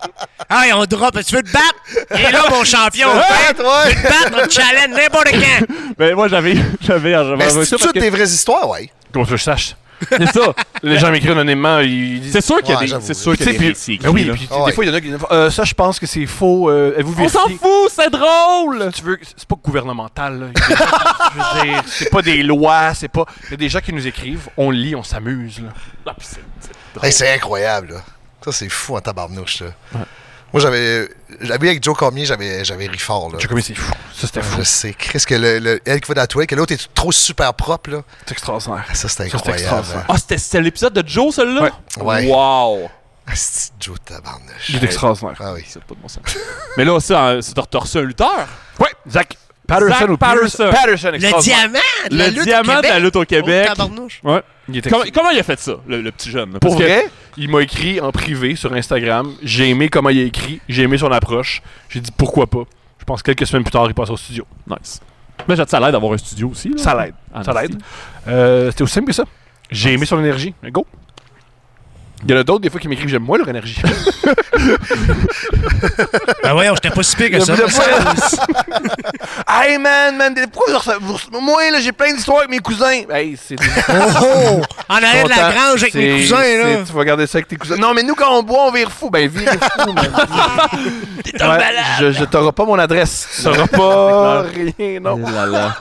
Hey, on drop. Tu veux te battre? Et là, mon champion.
Oh, Ouais, ouais.
Tu veux te battre, on te challenge n'importe quand.
Mais Ben, moi, j'avais. J'avais. j'avais
Mais
envoyé
c'est
ça
toutes
parce que-
des vraies histoires, ouais.
Qu'on se le sache.
C'est ça.
Les gens m'écrivent anonymement, ils disent.
C'est sûr qu'il y a
Ouais,
des.
j'avoue.
C'est sûr qu'il y a des
puis-
récits
ben oui,
écrits,
puis
Ah ouais.
des fois, il y en a qui disent euh, Ça, je pense que c'est faux. euh, Avez-vous
là. On s'en
vérifié?
fout, c'est drôle!
Tu veux... C'est pas gouvernemental. Là. Il y a des- Je veux dire, c'est pas des lois, c'est pas. Il y a des gens qui nous écrivent, on lit, on s'amuse. là.
Ah, puis c'est- c'est-
Hey, c'est incroyable, là. Ça, c'est fou en tabarnouche, là. Moi, j'avais. J'avais avec Joe Cormier, j'avais j'avais ri fort, là.
J'ai comme c'est fou. Ça, c'était fou.
Je sais, Chris, que le, le- elle qui va dans la toilette, que l'autre est trop super propre, là.
C'est extraordinaire.
Ah, Ça, c'était
Ça, c'était
incroyable.
extraordinaire.
Ah, c'était- c'était l'épisode de Joe, celui-là?
Ouais. Ouais.
Wow!
Ah, c'est Joe tabarnouche.
Il est extraordinaire.
Ah oui.
C'est pas de bon sens. Mais là, ça, hein, c'est- t'as t'as reçu un lutteur.
Ouais, Zach Patterson
Zach
ou
Patterson.
Pierce- Patterson,
Le
extraordinaire.
diamant de la
Le
lutte au
diamant de
Québec.
la lutte au Québec.
Oh, tabarnouche.
Ouais.
Il était
Comment, comment il a fait ça, le, le petit jeune? là?
Pour
Parce que-
vrai, il m'a écrit en privé sur Instagram. J'ai aimé comment il a écrit, j'ai aimé son approche. J'ai dit pourquoi pas. Je pense que quelques semaines plus tard, il passe au studio.
Nice. Mais j'ai ça l'aide d'avoir un studio aussi. là.
Ça l'aide.
Ah,
ça
merci.
l'aide. Euh, C'était aussi simple que ça. J'ai aimé son énergie. Go. Il y en a d'autres des fois qui m'écrivent j'aime moins leur énergie.
Ben voyons, j'étais pas si pire que ça.
hey man, man, pourquoi vous recevez- vous recevez- Moi là, j'ai plein d'histoires avec mes cousins. Hey, c'est
Oh! En arrière de la grange avec mes
C'est-
cousins, là.
c'est- Tu vas garder ça avec tes cousins. Non, mais nous, quand on boit, on vire fou. Ben, vire fou, man. T'es
un malade.
Je, je t'aurai pas mon adresse. Tu sauras pas rien, non.
Eh Là, là.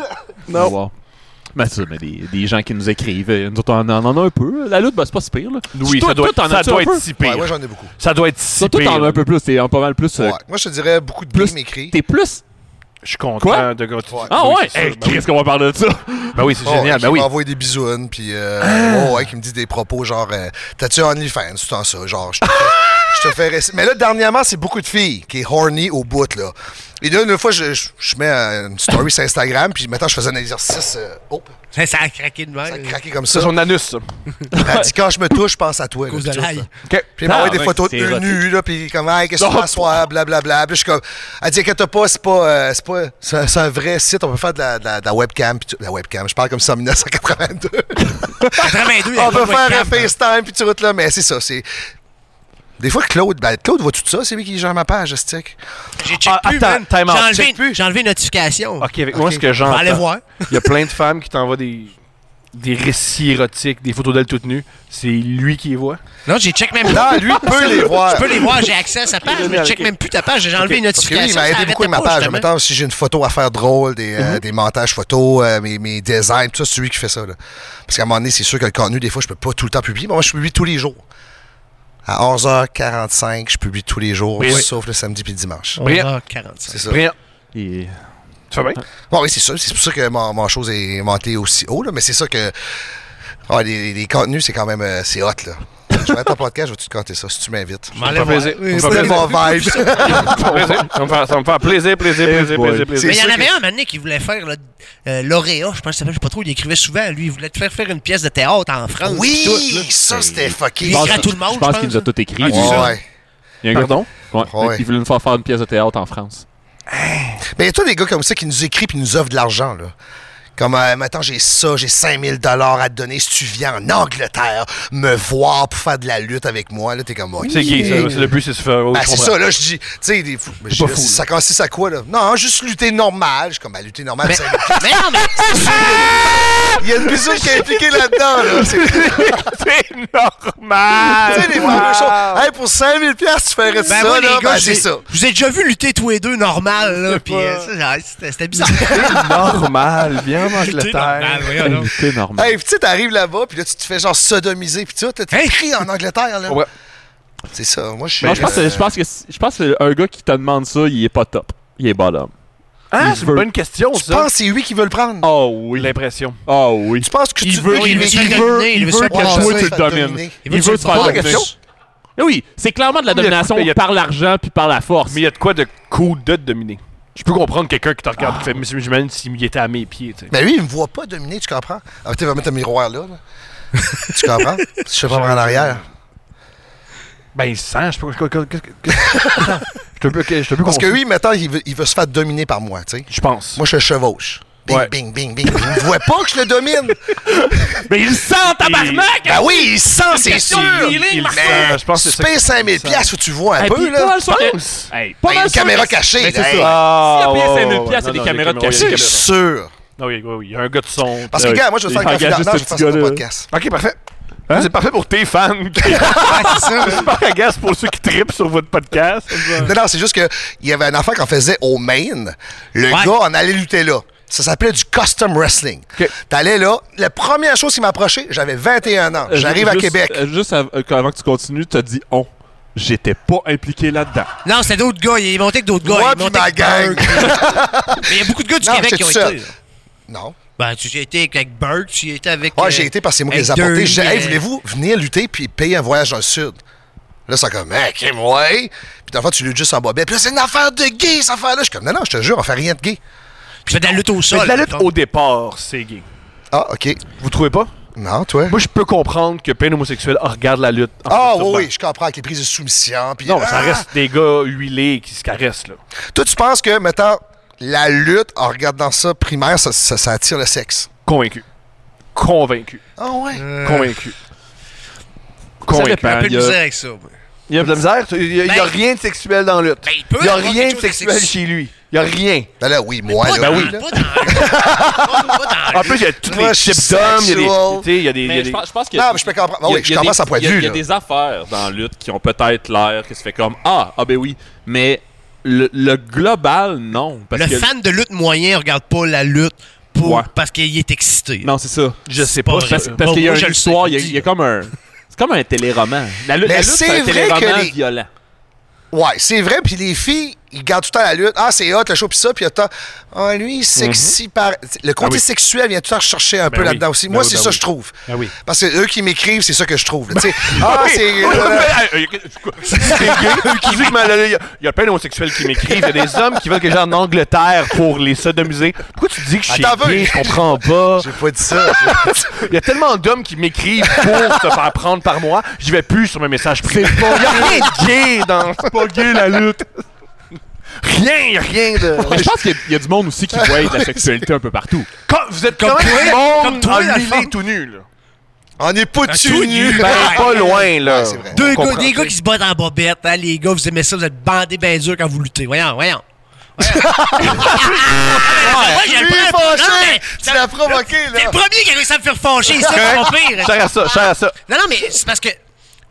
Non.
Wow. Mais ça, mais des, des gens qui nous écrivent. euh, Nous autres, on en on en a un peu. La lutte, ben, c'est pas si pire. Là.
Oui,
Toi-
ça doit,
toi, t'en
ça
as-tu
doit
un peu?
être si
Ouais,
pire.
moi, j'en ai beaucoup.
Ça doit être si
Toi, toi,
pire.
t'en as un peu plus. T'es en pas mal plus. euh,
Ouais. Moi, je te dirais beaucoup de
Plus-
plus m'écrit.
T'es plus.
Je suis content
Quoi?
de gars.
Ah
Oui,
ouais?
c'est sûr,
Hey,
ben oui.
Qu'est-ce qu'on va parler de ça?
Ben oui, c'est
Oh,
génial.
qui
Ben oui. Ah.
m'envoie des bisounes, puis euh, oh, ouais, qui me dit des propos genre euh, T'as-tu OnlyFans, tout en ça, genre je te fais- je te fais rester. Mais là, dernièrement, c'est beaucoup de filles qui est horny au bout, là. Et là, une fois, je, je- je mets euh, une story sur Instagram, puis maintenant, je faisais un exercice. euh, oh,
Ça, ça a craqué de
ça a
même.
craqué comme
C'est
ça.
son anus, ça.
Elle dit Quand je me touche, je pense à toi. là,
cause
puis
de
tout,
l'ail.
là.
OK.
Puis elle m'envoie
Ah,
des
mec,
photos
c'est
de deux
érotique.
nus, là, puis comme, hey, qu'est-ce que tu
Non.
fais à soir, blablabla. Puis je suis comme, elle dit, inquiète pas, c'est pas, euh, c'est pas, c'est un- c'est un vrai site, on peut faire de la, de la- de la webcam, puis tout- de la webcam, je parle comme ça en 1982.
82,
On peut
peut
faire un FaceTime puis tu routes là, mais c'est ça, c'est. Des fois, Claude, ben, Claude voit tout ça, c'est lui qui gère ma page, ce stick.
J'ai check
Ah,
plus,
attends,
man.
time out,
J'ai
check
Ah.
enlevé, j'ai enlevé une notification.
OK, avec moi, ce que
On va
j'entends.
aller voir.
Il y a plein de femmes qui t'envoient des. des récits érotiques, des photos d'elle toute nue, c'est lui qui les voit.
Non, j'ai check même
Non, lui peut les voir.
Je peux les voir, j'ai accès à sa page, mais je check même plus ta page, j'ai enlevé une
Parce que lui, il
notification.
m'a
ça
aidé beaucoup avec ma
arrêtait pas,
page.
justement.
Mettons, si j'ai une photo à faire drôle, des, euh,
Mm-hmm.
des montages photos, euh, mes, mes designs, tout ça, c'est lui qui fait ça. là. Parce qu'à un moment donné, c'est sûr que le contenu, des fois, je peux pas tout le temps publier. Mais moi, je publie tous les jours. À 11h45, je publie tous les jours,
Oui.
sauf le samedi puis le dimanche.
Ah,
Brillant.
C'est ça.
Brillant.
Tu bien? Bon, oui, c'est ça. C'est pour ça que mon, mon chose est montée aussi haut, là, mais c'est ça que. Ah, les, les- les contenus, c'est quand même. euh, c'est hot, là. Je vais être en podcast, je vais te compter ça si tu m'invites.
Ça me fait plaisir.
Ça me fait mon vibe.
Ça me fait- ça me fait plaisir, plaisir, plaisir, plaisir, plaisir.
Mais il y en avait un, un moment donné, qui voulait faire là, euh, lauréat, je pense que ça s'appelle, je sais pas trop, il écrivait souvent, lui, il voulait te faire faire une pièce de théâtre en France.
Oui,
puis tout, là. Ben,
ça, c'était fucké.
Il
Je pense-
écrit à tout le monde,
Je pense qu'il nous a tout
Ah,
écrit.
Ouais.
lui.
Ouais.
Il y a un gars-
Pardon?
Ouais,
Ouais.
Qui voulait nous faire faire une pièce de théâtre en France.
Mais il y a tous des gars comme ça qui nous écrivent et nous offrent de l'argent, là. Comme, euh, maintenant, j'ai ça, j'ai 5000 dollars à te donner si tu viens en Angleterre me voir pour faire de la lutte avec moi. Là, t'es comme, OK.
C'est gay, ça. C'est le but, c'est de se faire. oh,
Ben,
je
c'est
comprends.
ça, là, je dis, tu sais, des fous- je dis,
pas
là,
fou,
ça consiste à quoi, là? Non, juste lutter normal. Je suis comme, ben, lutter normal, c'est...
Mais non, mais.
Il y a une musique qui est impliquée là-dedans, là. C'est
normal!
Tu sais, les fameux choses. Hey, pour 5000 piastres, tu ferais
Ben
ça,
moi, les
là?
gars,
ben,
j'ai-
c'est ça.
Je vous ai déjà vu lutter tous les deux normal, là, puis euh, ça, genre, c'était c'était bizarre.
normal, viens en Angleterre.
Lutter normal.
Hey, puis tu sais, t'arrives là-bas, puis là, tu te fais genre sodomiser, puis tout. Là, tu cries en Angleterre, là.
Ouais.
C'est ça, moi, je suis...
Non, je pense que- je pense que je pense que un gars qui te demande ça, il est pas top. Il est bottom.
Ah,
Il
c'est
veut-
une bonne question,
Je
ça.
pense que c'est lui qui veut le prendre.
Oh oui.
L'impression.
Oh oui.
Tu penses que
Il
tu
veut,
il
il
veut
veut,
se
il
faire
veut,
dominer, il
il
veut
veut
se faire
que toi
dominer.
tu le domines.
Il
Il
veut
veut,
que tu le
te faire
fasses.
dominer.
Question.
Eh Oui, c'est clairement de la
Mais il y a de
domination
quoi- il y a-
par l'argent puis par la force.
Mais il y a de quoi de cool de te dominer. Je peux comprendre quelqu'un qui te regarde qui fait Monsieur J'imagine s'il était à mes pieds. tu sais.
Ah. Mais Ben lui, il me voit pas dominer, tu comprends? Ah, tu vas mettre un miroir là. là. tu comprends? Je sais pas voir en arrière.
Ben, il sent, je sais pas. quoi- quoi- qu'est-ce que- qu'est-ce que- Attends, Je te peux je te peux
Parce que lui, maintenant, il veut, il veut se faire dominer par moi, tu sais.
Je pense.
Moi, je le chevauche. Bing,
Ouais.
bing, bing, bing. Il me voit pas que je le domine.
Mais il le sent, tabarnak!
Ben oui, il sent, c'est sûr.
question de feeling,
Mais
Marcel.
Je pense que
tu
c'est
payes
ça.
5000 piastres où tu vois un
Hey, puis
peu,
pas
là.
mal sûr que- Hey, pas
Ben,
mal
une
sûr
caméra
que-
cachée,
Mais
là,
c'est
hey.
ça.
Ah,
S'il a
ouais,
payé
ouais,
5000
ouais,
pièces,
non,
c'est des
non,
caméras de
des
cachée.
C'est
caméras.
sûr.
Non, oui, oui, oui, il y a un gars de son.
Parce que,
Ouais,
gars, moi, je vais
il
faire
engage
confident.
juste
Non,
un
je vais
petit
faire
gars,
ça
là.
au podcast.
Ok, parfait.
Hein?
C'est parfait pour tes fans. C'est pas agace pour ceux qui tripent sur votre podcast.
Non, non, c'est juste qu'il y avait un affaire qu'on faisait au Maine. Le
Ouais.
gars en allait lutter là. Ça s'appelait du custom wrestling.
OK.
T'allais là. La première chose qui m'approchait, j'avais 21 ans.
Euh,
J'arrive à
juste-
Québec.
euh, Juste av- euh, avant que tu continues, tu as dit on. J'étais pas impliqué là-dedans.
Non, c'était d'autres gars, il est monté avec d'autres gars.
Moi
il est
pis
monté
ma
avec Burke.
gang.
Mais il y a beaucoup de gars du
Non,
Québec
j'étais
qui ont
tout seul.
été. là.
Non.
Ben, tu y as été avec Burke, tu y as été avec.
Ouais,
euh,
j'ai été parce que c'est moi qui les ai
avec
apportés. J'ai dit,
Dirty,
hey,
euh,
voulez-vous venir lutter puis payer un voyage dans le Sud? Là, c'est comme, hey, Kim, ouais. Puis dans le fond, tu luttes juste en bobette. Puis là, c'est une affaire de gay, cette affaire-là. Je suis comme, non, non, je te jure, on fait rien de gay.
Tu fais de la lutte au sol.
Mais de la lutte
mettons.
au départ, c'est gay.
Ah, OK.
Vous trouvez pas?
Non, toi?
Moi, je peux comprendre que plein d'homosexuels ah, regardent la lutte.
Ah,
en se
oui,
masturbant.
oui, je comprends avec les prises de soumission. Puis,
Non, ça
Ah!
reste des gars huilés qui se caressent, là.
Toi, tu penses que, mettons, la lutte, en regardant ça primaire, ça, ça- ça attire le sexe?
Convaincu. Convaincu.
Ah ouais?
Euh. Convaincu.
Ça
Convaincu.
dépend.
Un peu
Il
de
y a-
misère avec ça. moi.
Il y a de la misère. Il n'y a, il y a
Ben-
rien de sexuel dans la lutte.
Ben, il peut
Il n'y a
avoir quelque
rien de
chose de
sexuel
sexu-
chez lui. Il n'y a rien.
Ben là, oui, Ah, moi,
pas
là.
dans,
là.
Pas dans pas dans
En plus, il y a tous
Moi,
les
je suis
types d'hommes. Il y a des.
sexual.
tu sais, Il y a des. il y a
Mais je
des-
pense, je pense que.
Non, mais je peux comprendre. Ah oui,
il y a-
je
il y a
comprends
des-
son point de
il y a-
vue,
Il y a
là.
des affaires dans la lutte qui ont peut-être l'air que se fait comme Ah, ah ben oui. Mais le, le global, non. Parce
le
que,
fan de lutte moyen regarde pas la lutte pour,
Ouais.
parce qu'il est excité.
Non, c'est ça.
Je sais
pas
pas.
vrai.
ça.
Parce, parce
Bon,
qu'il y a
moi, je
une
le sais,
histoire, il
je
y, a-
le dis.
il y a comme un. C'est comme un téléroman. La, lutte-
Mais
la lutte,
c'est
c'est un
vrai
téléroman
que les-
violent.
Ouais, c'est vrai. Puis les filles, ils gardent tout le temps la lutte. Ah, c'est hot, le show, puis ça. Puis attends, ah, lui, sexy par. Le côté
Mhm. Ah oui.
sexuel vient tout le temps rechercher un peu
oui.
là-dedans aussi.
Ben
Moi,
oui,
c'est
ben
ça,
oui.
je trouve.
Ah oui. Ben
Parce que eux qui m'écrivent, c'est ça que je trouve. là, tu sais. ah, c'est.
Oui,
euh,
oui, oui, oui. C'est gay, qui dit que mal- Il y a- il y a plein d'homosexuels qui m'écrivent. Il y a des hommes qui veulent que j'aille en Angleterre pour les sodomiser. Pourquoi tu dis que je suis
Attends un peu.
gay? Je comprends pas.
J'ai pas dit ça.
Il y a tellement d'hommes qui m'écrivent pour se faire prendre par moi. J'y vais plus sur mes messages privés. Il y a rien de gay dans... pas gay, la lutte. Rien, il y a rien de...
Mais je pense qu'il y a- il y, a du monde aussi qui voit de la sexualité un peu partout.
Quand- vous êtes
Comme
comme
toi,
tout le
comme
monde
toi, la
en huilé
femme.
tout nu, là.
On n'est pas
tout
dessus
nu.
nu.
Ben, pas loin, là.
Ouais, c'est vrai.
Deux
On
gars,
comprend.
des gars qui se battent en bobette, hein, les gars, vous aimez ça, vous êtes bandés bien dur quand vous luttez. Voyons, voyons. Moi, j'ai
Lui,
le
il est
prends-
fâché.
Non, mais-
Tu l'as provoqué, là.
T'es le premier qui a réussi à me faire fâcher, c'est ça, mon pire.
Hein? Cher à ça, cher à ça.
Non, non, mais c'est parce que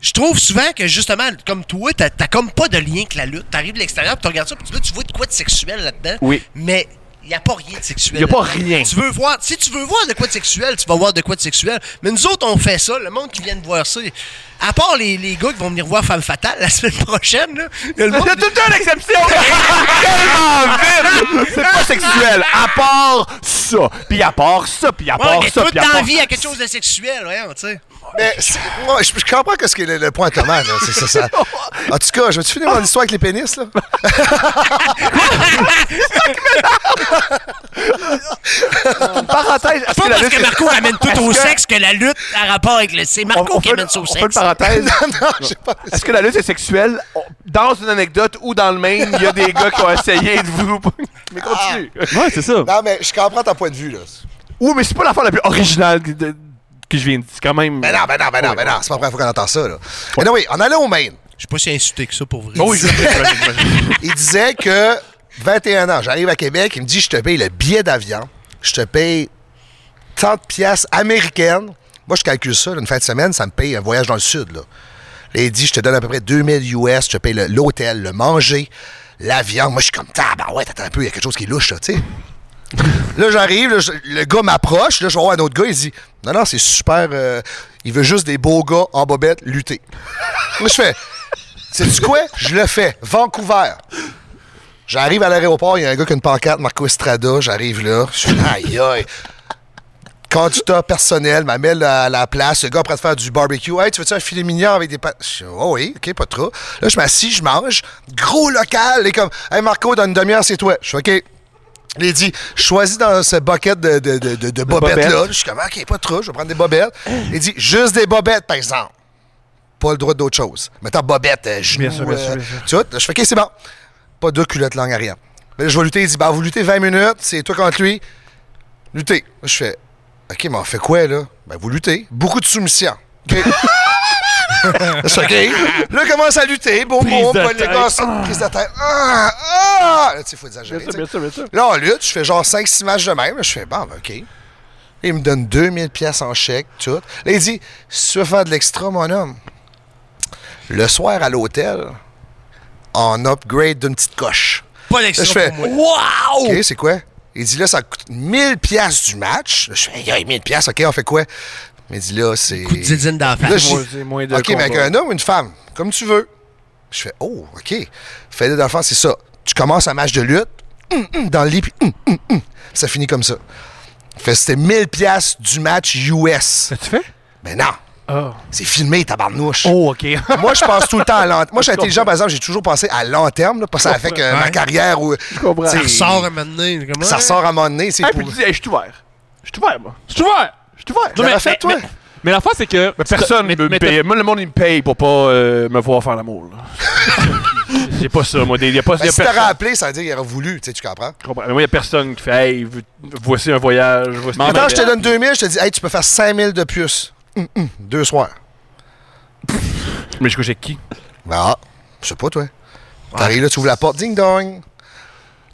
je trouve souvent que, justement, comme toi, t'as t'as comme pas de lien que la lutte. T'arrives de l'extérieur, puis tu regardes ça, puis là, tu vois de quoi de sexuel là-dedans.
Oui.
Mais il n'y a pas rien de sexuel.
Y a pas
là-dedans.
rien.
Tu veux voir, si tu veux voir de quoi de sexuel, tu vas voir de quoi de sexuel. Mais nous autres, on fait ça. Le monde qui vient de voir ça, à part les, les gars qui vont venir voir Femme Fatale la semaine prochaine, là, y a le monde-
Il y a Ah, tout le temps une exception! Tellement vite! C'est pas sexuel, à part ça, puis à part ça, puis à
Ouais,
part
Ah, mais
ça,
toi,
puis à part
t'envies à quelque chose de sexuel, voyons, tu sais.
Mais c'est- moi, je, je comprends que ce qui est le, le point commun, là. C'est ça, ça. En tout cas, je vais-tu finir mon histoire avec les pénis, là?
Une parenthèse.
Pas parce que Marco amène tout au sexe que la lutte a rapport avec le. C'est Marco qui amène ça au
On
sexe.
fait une parenthèse.
Non, non, je sais pas.
Est-ce que la lutte est sexuelle? On- Dans une anecdote ou dans le Maine, il y a des gars qui ont essayé de vous. Mais continue.
Ouais, c'est ça.
Non, mais je comprends ton point de vue, là.
Oui, mais c'est pas l'affaire la plus originale que, de- que je viens de dire. C'est quand même.
Ben non, ben non, ben non, ben non. C'est pas la première fois qu'on entend ça, là. Mais non, oui, on allait au Maine.
Je sais pas si insulté que ça pour vrai.
Oh, oui, je-
Il disait que 21 ans, j'arrive à Québec, il me dit je te paye le billet d'avion, je te paye 30 pièces américaines. Moi, je calcule ça, là, une fin de semaine, ça me paye un voyage dans le sud. Là. Là, il dit je te donne à peu près 2000 US, je te paye le- l'hôtel, le manger, l'avion. Moi, je suis comme, ah, ben ouais, t'attends un peu, il y a quelque chose qui est louche, là, tu sais. Là, j'arrive, là, je- le gars m'approche, là, je vois un autre gars, il dit Non, non, c'est super. euh, il veut juste des beaux gars en bobette lutter. Là, je fais Sais-tu quoi Je le fais. Vancouver. J'arrive à l'aéroport, il y a un gars qui a une pancarte, Marco Estrada, j'arrive là. Je suis aïe aïe. Candidat personnel, m'amène à la place, le gars prêt de faire du barbecue. Hey, tu veux-tu un filet mignon avec des pâtes? Je suis, Oh oui, ok, pas trop. Là, je m'assis, je mange. Gros local, et comme, hey Marco, dans une demi-heure, c'est toi. Je suis ok. Il a dit, choisis dans ce bucket de, de, de, de, de bobettes-là.
bobettes.
Je suis comme, OK, pas trop, je vais prendre des bobettes. Il dit, juste des bobettes, par exemple. Pas le droit d'autre chose. Mettons bobette, euh, genoux,
sûr, bien sûr,
euh,
bien sûr.
Tu vois, je fais, OK, c'est bon. Pas deux culottes langue arrière. Mais là, je vais lutter. Il dit, ben, vous luttez 20 minutes, c'est toi contre lui. Luttez. Là, je fais, OK, mais on fait quoi, là? Ben, vous luttez. Beaucoup de soumission. OK. Là, je fais, OK. Là, commence à lutter. Bon,
Prise
bon,
de
bon, les
tête.
gars, ça, prise de tête. Ah, ah! Là, tu sais, faut exagérer.
Bien
tu
sûr,
sais.
bien sûr, bien sûr.
Là, on lutte, je fais genre 5-6 matchs de même. Là, Je fais, bon, ben, OK. Là, il me donne 2000 pièces en chèque, tout. Là, il dit, si tu veux faire de l'extra, mon homme, le soir à l'hôtel, on upgrade d'une petite coche.
Pas
Là, je
d'extra
fais,
pour moi.
wow! OK, c'est quoi? Il dit, là, ça coûte 1000 pièces du match. Là, je fais, hey, 1000 pièces, OK, on fait quoi? Mais il dit, là, c'est...
Coup de zizine dans la face.
Là, je dis,
Moi, c'est moins de
OK, mais avec
combat.
un homme ou une femme, comme tu veux. Je fais, oh, OK. Fais-le d'enfant, c'est ça. Tu commences un match de lutte, hum, hum, dans le lit, puis hum, hum, hum. ça finit comme ça. Fait, c'était 1000 pièces du match US.
T'as-tu fait?
Mais non,
Oh.
c'est filmé, tabarnouche.
Oh, OK.
Moi, je pense tout le temps à long terme. Moi, je suis intelligent, par exemple, j'ai toujours pensé à long terme, là, parce que ça fait que ma carrière ou.
comprends.
t'sais,
Ça ressort à maintenant. comment?
Ça ressort à un moment donné. c'est
Hey,
pour-
puis tu dis, hey, je suis ouvert. Je suis ouvert, moi.
Je suis ouvert.
Je suis ouvert.
Tu l'aurais fait, toi?
Mais, mais la fois, c'est que.
Mais personne ne me
mais-
paye. Moi, le monde, il me paye pour pas euh, me voir faire l'amour. là. J'ai pas ça, moi. Il y a pas
Ben,
y a
si t'aurais
personne.
appelé, ça veut dire qu'il aurait voulu, tu sais, tu comprends?
Je comprends. Mais moi, il y a personne qui fait Hey, vo- voici un voyage. Voici
Mais
un
Attends, je te
voyage.
ben.
donne 2000, je te dis, hey, tu peux faire 5000 de plus. Hum, hum, deux soirs.
Mais je couche avec qui
Ah, je sais pas, toi. T'arrives là, tu ouvres la porte, ding dong.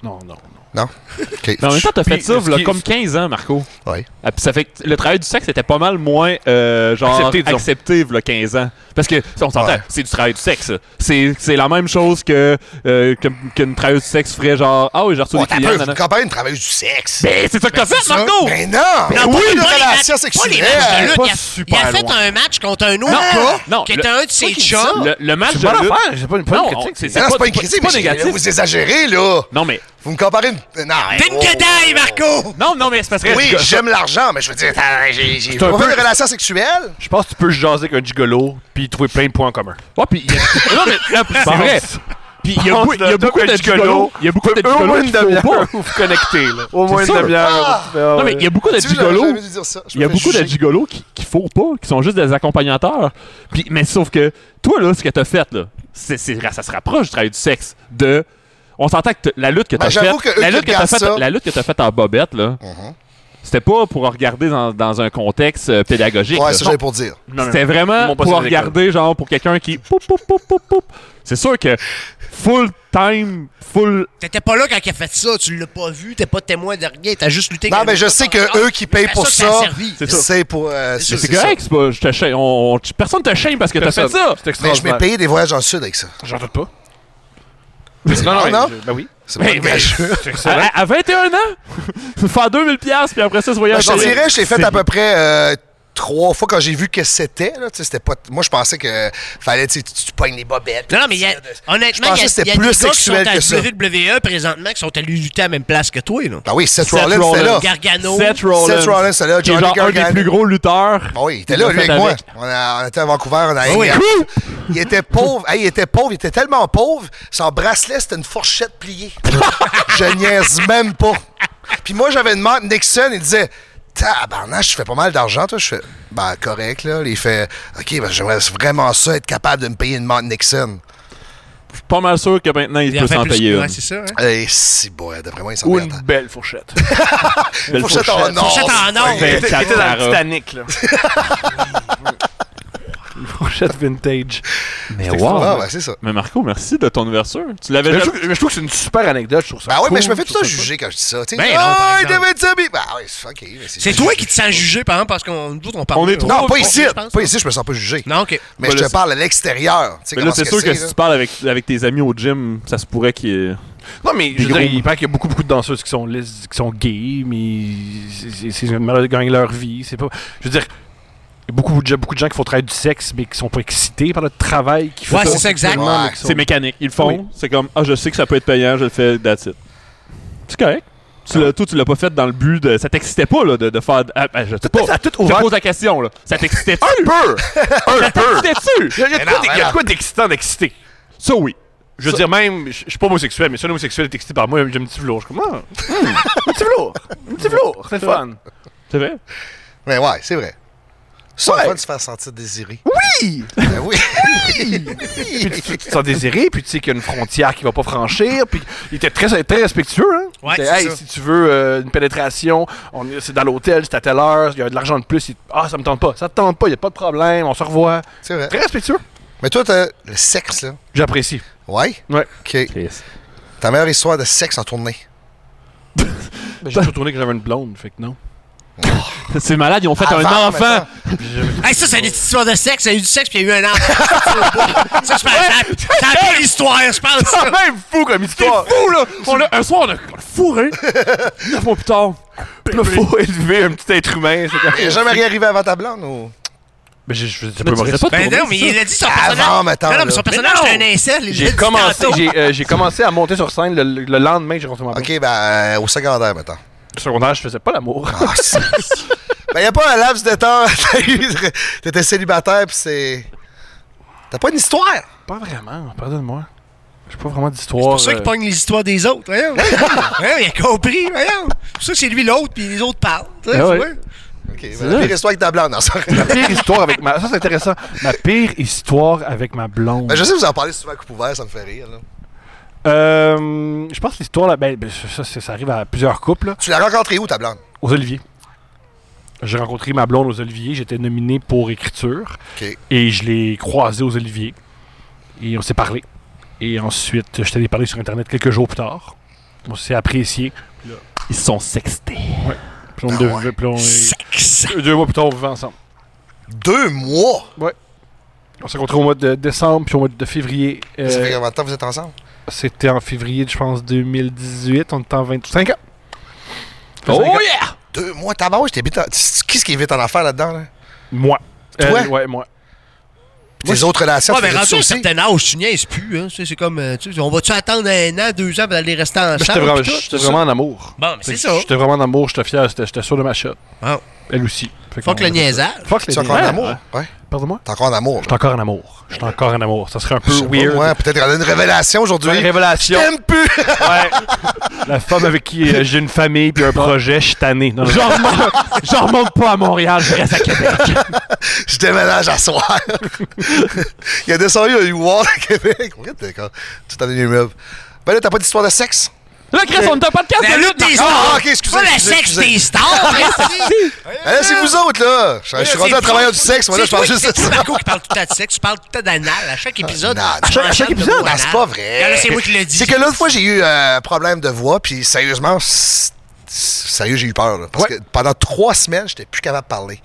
Non, non, non.
Non? OK.
Mais en même temps, t'as fait
Puis,
ça,
ce
v'là
qui-
comme 15 ans, Marco.
Ouais.
Ah, puis ça fait que le travail du sexe était pas mal moins euh, genre
Accepté, disons.
accepté v'là 15 ans. Parce que ça, on s'entend,
Ouais.
c'est du travail du sexe. ça. C'est c'est la même chose que euh, que- qu'une travailleuse du sexe ferait genre Ah oui, j'ai reçu
On
des
Oh, t'as
clients.
peur, une
nanana.
campagne, une travailleuse du sexe.
Ben, c'est ça que t'as fait, Marco!
Mais non! Mais
Non,
oui, une
pas les
relation
matchs- pas les
sexuelle.
matchs de lutte.
pas
Il a-
super
Il a fait
loin.
un match contre un
Non,
autre gars
non,
qui
le-
était un de ses
qui dit ça?
chums.
Le, le match
C'est
de
pas
lutte-
l'affaire. C'est pas une, pas une
Non,
critique.
c'est-
c'est-
Mais non, c'est pas une
pas-
critique,
pas
mais j'ai-
négatif.
vous exagérez, là.
Non, mais.
Vous me comparez une. Non, hein,
T'es une
oh. Ben
gadaille, Marco!
Non, non, mais c'est parce que.
Oui,
gars,
j'aime l'argent, mais je veux dire, attends, j'ai j'ai
C'est un
pas fait
peu-
de relation sexuelle.
Je pense que tu peux jaser avec un gigolo puis trouver plein de points en commun.
Ouais, Oh, puis il y a- non, mais là, c'est
Pense-
vrai. Puis il y a, beaucoup- il y a beaucoup de gigolos. Il y a beaucoup de
Au moins
gigolos
une
qui font
demi-heure
pas.
pour vous connecter. là. Au moins
C'est
une
sûr.
demi-heure.
ah,
Non, mais il y a beaucoup de
Tu sais, j'aurais
gigolos.
jamais dû dire ça. Je
Il y a
me fais
beaucoup de
juger.
gigolos qui, qui faut pas, qui sont juste des accompagnateurs. Puis, mais sauf que, toi, là, ce que t'as fait, là, c'est, c'est- ça se rapproche du travail du sexe. De, on s'entend que t- la lutte que
Ben,
t'as
j'avoue
faite,
que eux
la
qui
lutte que t'as
regardent
faite,
ça- Mhm.
la lutte que t'as faite en bobette, là, C'était pas pour regarder dans, dans un contexte euh, pédagogique.
Ouais,
là.
ça, j'allais pour dire.
Non, C'était vraiment
Ils m'ont pas
pour
servi d'école.
regarder, genre, pour quelqu'un qui. poup, poup, poup, poup, poup. C'est sûr que full time, full.
T'étais pas là quand il a fait ça, tu l'as pas vu, t'es pas témoin de rien, t'as juste lutté
Non,
contre
mais je
ça
sais
par
que
rapport.
eux qui payent
Mais
pour
t'a
ça,
servi.
c'est pour. euh,
Mais C'est correct, c'est pas. je te shame- on- on- tu- personne te shame parce que t'as fait
Personne.
ça.
C'est Mais je m'ai payé des voyages en Sud avec ça.
J'en doute pas.
Non,
non,
non,
mais
non.
je- ben oui.
C'est pas
Mais-
une
mais-
gageure.
à, à- à 21 ans, faire 2000 pièces puis après ça, ce voyage.
Ben, je te
c'est-
dirais, je l'ai fait
c'est-
à peu près euh, trois fois quand j'ai vu que c'était. là, tu sais, c'était pas- Moi, je pensais que fallait tu, sais, tu tu pognes les bobettes.
Non, non, mais il y a- honnêtement,
Je pensais
il y a,
que c'était
il y a
plus
des gars qui sont
sexuel que ça.
à WWE présentement qui sont allés lutter à la même place que toi. Là.
Ah oui, Seth, Rollins, c'était là.
Gargano.
Seth Rollins.
Seth Rollins, c'était là.
Qui est
Johnny
genre un des
Gargano. Ben
plus gros lutteurs.
Ah Oui, il était là, lui, avec moi. On, a- on était à Vancouver, on a
oui.
hang-out. Il était pauvre. Hey, il était pauvre. Il était tellement pauvre, son bracelet, c'était une fourchette pliée. je niaise même pas. Puis moi, j'avais une marque Nixon, il disait Tabarnak, je fais pas mal d'argent, toi. Je fais Ben, correct, là. Il fait Ok, ben, j'aimerais vraiment ça, être capable de me payer une marque Nixon.
Je suis pas mal sûr que maintenant, il,
Il en
peut
fait
s'en
plus
payer
que-
une.
ouais, c'est ça, hein? Eh, si, boy, d'après moi, il s'en
Ou
payait
une belle fourchette.
Belle
Fourchette en or. Fourchette en or.
Il était il était dans le
24
Titanic, là. Une fourchette vintage.
Mais
C'est
wow!
extraordinaire.
Mais Marco, merci de ton ouverture. Tu l'avais
Mais
déjà-
je, trouve, mais je trouve que c'est une super anecdote, je trouve ça.
Ah oui, mais
cool,
je me fais tout
trouve
ça
cool.
juger quand je dis ça. tu sais.
Ben non, par
ah, il
exemple.
devait être habillé. Ben oui, c'est- ok. mais
C'est toi qui te sens jugé, par exemple, parce qu'on nous autres, on parle.
Non, pas ici.
je pense. hein.
Pas ici, je me sens pas jugé.
Non, ok.
Mais
Ben
je
là,
te parle à l'extérieur. Tu sais
Mais là,
comment
c'est
ce
sûr que, si
là.
tu parles avec, avec tes amis au gym, ça se pourrait qu'il y ait.
Non, mais je
Des
veux dire,
gros-
il paraît qu'il y a beaucoup, beaucoup de danseuses qui sont lisses, qui sont gays, mais c'est- c'est- c'est une manière de gagner leur vie. C'est pas. Je veux dire, il y a beaucoup de, gens- beaucoup de gens qui font travailler du sexe, mais qui sont pas excités par le travail qu'ils font. Vraiment, mais qui sont-
C'est mécanique. Ils le font.
Oui.
C'est comme, ah, je sais que ça peut être payant, je le fais, that's it. C'est correct. Tu l'as, toi, tu l'as pas fait dans le but de. Ça t'excitait pas, là, de, de faire. Ah, ben, je sais pas.
ça a tout
Je te
ouvert.
pose la question, là. Ça t'excitait-tu?
Un peu! Un peu!
T'excitais-tu?
Il y a- il y a
Mais
de quoi
non, mais
d'ex- il y a de
non.
quoi d'excitant d'exciter.
Ça, oui.
Je veux
Ça-
dire, même, je je suis pas homosexuel, mais si un homosexuel est excité par moi, j'ai un petit velours. Je suis comme, ah, hmm, un petit velours! Un petit velours! C'est le fun!
C'est vrai?
Mais ouais, c'est vrai. Ça,
Ouais.
le fun de se faire sentir désiré.
Oui!
Ben oui.
puis tu- tu te sens désiré, puis tu sais qu'il y a une frontière qu'il va pas franchir, puis il était très, très respectueux. Hein? Il
Ouais,
était,
c'est
hey,
ça.
si tu veux euh, une pénétration, on est- c'est dans l'hôtel, c'est à telle heure, il y a de l'argent de plus. il- Ah, ça me tente pas, ça te tente pas, il y a pas de problème, on se revoit.
C'est vrai.
Très respectueux.
Mais toi, t'as le sexe, là.
J'apprécie.
Ouais?
Ouais.
OK. Ta meilleure histoire de sexe en tournée.
Ben, J'ai tourné que j'avais une blonde, fait que non.
C'est malade, ils ont fait un
Avant,
enfant.
Hey, ça, c'est des petites histoires de sexe. Il y a eu du sexe, puis il y a eu un enfant. ça, je pense. ça- C'est la pire histoire, je pense.
C'est même fou comme histoire.
fou, là! On a- un soir, on a, on a fourré. Neuf mois plus tard.
Puis là, faut élever un petit être humain. c'est comme-
Il n'est jamais rien arrivé avant ta blonde ou.
Mais Ben, j'ai- je faisais
Mais tu faisais pas de
Ben non, mais il a dit son personnage.
Avant, mettons,
non, non, mais
là.
son personnage,
Mais
c'est un incel. il l'a
J'ai
dit
commencé,
tantôt.
j'ai, euh, j'ai commencé à monter sur scène le, le lendemain que j'ai rencontré ma blonde.
OK, ben, euh, au secondaire, maintenant.
Au secondaire, je faisais pas l'amour.
Ah, c'est- ben, y a pas un laps de temps. T'as eu- T'étais célibataire, puis c'est. T'as pas une histoire.
Pas vraiment, pardonne-moi. J'ai pas vraiment d'histoire.
C'est pour ça
euh,
qu'il pogne les histoires des autres. voyons. Voyons, il a compris. voyons. C'est pour ça que c'est lui l'autre, puis les autres parlent. tu sais,
Ah
tu
ouais.
vois.
OK, ben, la pire histoire avec ta blonde. Non, ça-
Ma pire histoire avec ma. Ça, c'est intéressant. Ma pire histoire avec ma blonde.
Ben, je sais que vous en parlez souvent à coupe ouvert, ça me fait rire, là.
Euh, je pense que l'histoire, là, ben, ben, ça, ça- ça arrive à plusieurs couples. là.
Tu l'as rencontrée où, ta blonde?
Aux Oliviers. J'ai rencontré ma blonde aux Oliviers. J'étais nominé pour écriture.
OK.
Et je l'ai croisée aux Oliviers. Et on s'est parlé. Et ensuite, je t'allais parler sur Internet quelques jours plus tard. On s'est apprécié.
Ils se sont sextés.
Ouais. Puis on devait. puis on- Deux- Deux mois plus tard, on vivait ensemble.
Deux mois?
Ouais. On s'est rencontrés au mois de décembre, puis au mois de février. euh,
Ça fait combien de temps que vous êtes ensemble?
C'était en février, je pense, 2018. On était en 25 ans.
Oh
25 ans.
yeah!
Deux mois, tabarou, j'étais vite en... Qu'est-ce qui est vite en affaire là-dedans, là?
Moi.
Toi?
Euh, ouais, moi.
Puis tes autres relations,
Ouais,
tu
mais
faisais
rendu
ça
à un
aussi?
certain âge, tu niaises plus. Hein. Tu sais, C'est comme, euh, tu sais, on va-tu attendre un an, deux ans pour aller rester
Ben,
Mais J'étais
ensemble?
vraiment,
pis tout,
j'étais
tout
vraiment
ça.
en amour.
Bon, mais Bah, c'est
Fait que
ça.
J'étais vraiment en amour, j'étais fier, j'étais j'étais sûr de ma shot.
Ah.
Elle aussi. Fait
Fuck
qu'on-
Ah,
le niaisage.
Fuck le
Tu es encore en
niaisage.
amour? Ouais.
Pardonne-moi?
T'es encore en amour, là?
J'étais encore en amour. J'étais encore en amour. Ça serait un peu
Je sais pas,
weird.
ouais, peut-être qu'elle a une révélation aujourd'hui.
Ouais, révélation.
T'aimes plus!
Ouais. La femme avec qui euh, j'ai une famille puis un projet, je suis tanné. Non, non, non.
J'en remonte, j'en remonte pas à Montréal, je reste à Québec.
Je déménage à soir. Il y a descendu un War à Québec. Oui, t'es con. Tu t'en es une meuble. Ben là, t'as pas d'histoire de sexe?
Là, Chris, on est un podcast de
La lutte
lutte Marc.
des stars.
Ah, ok, excusez,
Pas la
excusez,
sexe
excusez.
des stars, merci.
Allez, c'est vous autres, là. Je, je suis rendu à travailleur du sexe, moi, là, je parle juste de
C'est
ça. Ah,
Marco qui parle tout le temps de sexe. Tu parles tout le temps d'anal à chaque épisode. Ah,
À chaque, à chaque épisode,
Non,
non, c'est pas vrai.
Là, c'est moi qui le dis.
C'est que l'autre fois, j'ai eu euh, un problème de voix, puis sérieusement, c'est- c'est- sérieux, j'ai eu peur. là, parce que pendant trois semaines, j'étais plus capable de parler.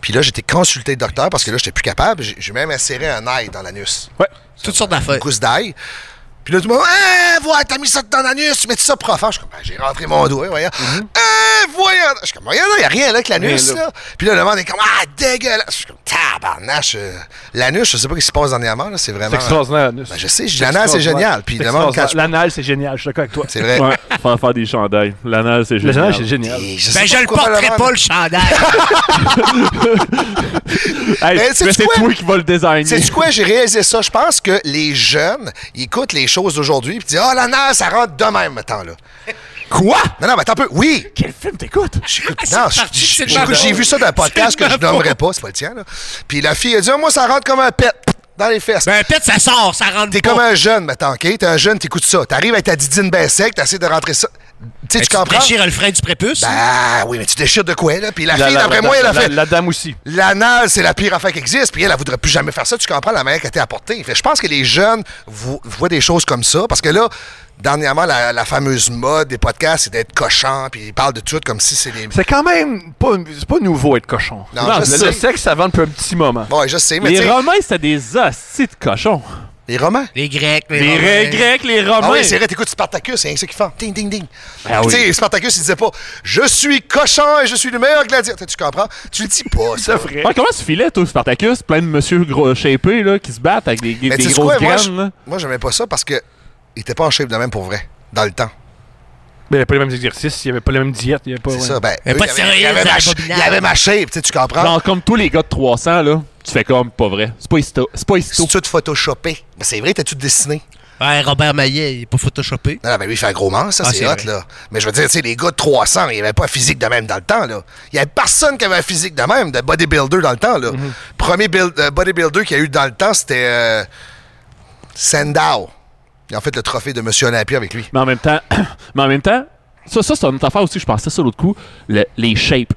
Puis là, j'étais consulté le docteur parce que là, j'étais plus capable. J'ai j'ai même inséré un ail dans l'anus.
Ouais.
Toutes sortes d'affaires. Une cousse d'ail. Puis là, tout le monde, Hein, voilà, t'as mis ça dans l'anus, tu mets ça profond. Je suis comme, Ben, j'ai rentré mon doigt, voyons. Hein, voyons. Je suis comme, voyons, il n'y a rien là avec l'anus,
Rien, là.
là. Puis là, le monde est comme, ah, dégueulasse. Je suis comme, tabarnache. euh, L'anus, je sais pas ce qui se passe dernièrement, là, c'est vraiment.
C'est extraordinaire. l'anus.
Ben, je sais, je dis, l'anal, c'est génial. Puis
C'est
le monde, quand
extraordinaire.
je-
L'anal, c'est génial. Je suis d'accord avec toi.
C'est vrai.
Ouais, faire, faire des chandails. L'anal, c'est génial.
L'anal, c'est génial.
Ben, je le porterai pas, le chandail.
Hey,
Mais
mais
sais-tu
c'est
quoi?
toi qui vas le designer.
Sais-tu quoi? J'ai réalisé ça. Je pense que les jeunes, ils écoutent les choses d'aujourd'hui et disent Ah, la nage, ça rentre de même, maintenant, là. Quoi? Non, non, mais attends un peu. Oui!
Quel film t'écoutes?
J'écoute.
Ah, c'est
Non,
parti,
j-
c'est
j-
de
j'écoute-
ma
j'ai
faute.
vu ça dans un podcast
C'est de
que je
ma
nommerai pas, c'est pas le tien, là. Puis la fille a dit Ah, Moi, ça rentre comme un pet dans les fesses.
Ben, peut-être ça sort, ça rentre
T'es
pas.
comme un jeune, maintenant, OK? T'es un jeune, t'écoutes ça. T'arrives avec ta didine bien sec, t'essaies de rentrer ça. Tu sais, tu comprends?
Déchire Ben, le frein du prépuce.
Ah oui, mais tu déchires de quoi, là? Puis la,
La-
fille,
la-
d'après
la-
moi, elle a
la-
fait.
La dame aussi.
L'anal, c'est la pire affaire qui existe, puis elle, elle voudrait plus jamais faire ça. Tu comprends la manière qu'elle t'est apportée. Fait, je pense que les jeunes vo- voient des choses comme ça, parce que là, dernièrement, la, la fameuse mode des podcasts, c'est d'être cochon, puis ils parlent de tout comme si c'est des...
C'est quand même pas, c'est pas nouveau être cochon.
Non, je
le,
sais.
le sexe, ça vend depuis un petit moment.
Ouais, je sais, mais tu
les
sais-
Romains, c'était des hosties de cochons.
Les Romains?
Les Grecs, les,
Les
Romains.
Ré- Grecs, les Romains.
Ah oui, c'est vrai, t'écoutes Spartacus, hein, c'est ainsi qu'ils font. Ding, ding, ding.
Ah
Tu
oui.
sais, Spartacus, il disait pas « Je suis cochon et je suis le meilleur gladiateur ». Tu comprends? Tu le dis pas, ça.
Ouais, comment tu filais, toi, Spartacus? Plein de monsieur gros shapés, là, qui se battent avec des, des
tu sais
grosses
quoi, moi, je-
graines. là.
moi, j'aimais pas ça parce que il était pas en shape de même pour vrai, dans le temps.
Mais Ben, il n'y avait pas les mêmes exercices, il n'y avait pas les mêmes diètes. Il y avait pas,
C'est ça, ben,
Mais
eux,
pas
il
de
y avait- il y
sérieux,
avait
c'est
ma ch-
abominable.
il y avait ma shape, tu sais, tu comprends?
Genre, comme tous les gars de 300, là, tu fais comme, pas vrai. C'est pas histo. C'est pas histo.
C'est tout photoshopé. Ben, c'est vrai, t'as tout dessiné.
Ouais, Robert Maillet, il est pas photoshopé.
Non, non, ben lui, il fait un gros manche, ça,
Ah,
c'est
c'est
hot,
vrai.
là. Mais je veux dire, tu sais, les gars de 300, il n'y avait pas de physique de même dans le temps, là. Il n'y avait personne qui avait un physique de même, de bodybuilder dans le temps, là. Premier build- euh, bodybuilder qu'il y a eu dans le temps, c'était euh, Sandow. Il a en fait le trophée de Monsieur Olympia avec lui.
Mais en même temps, mais en même temps, ça, ça c'est une autre affaire aussi, je pensais ça l'autre coup, le- les shapes.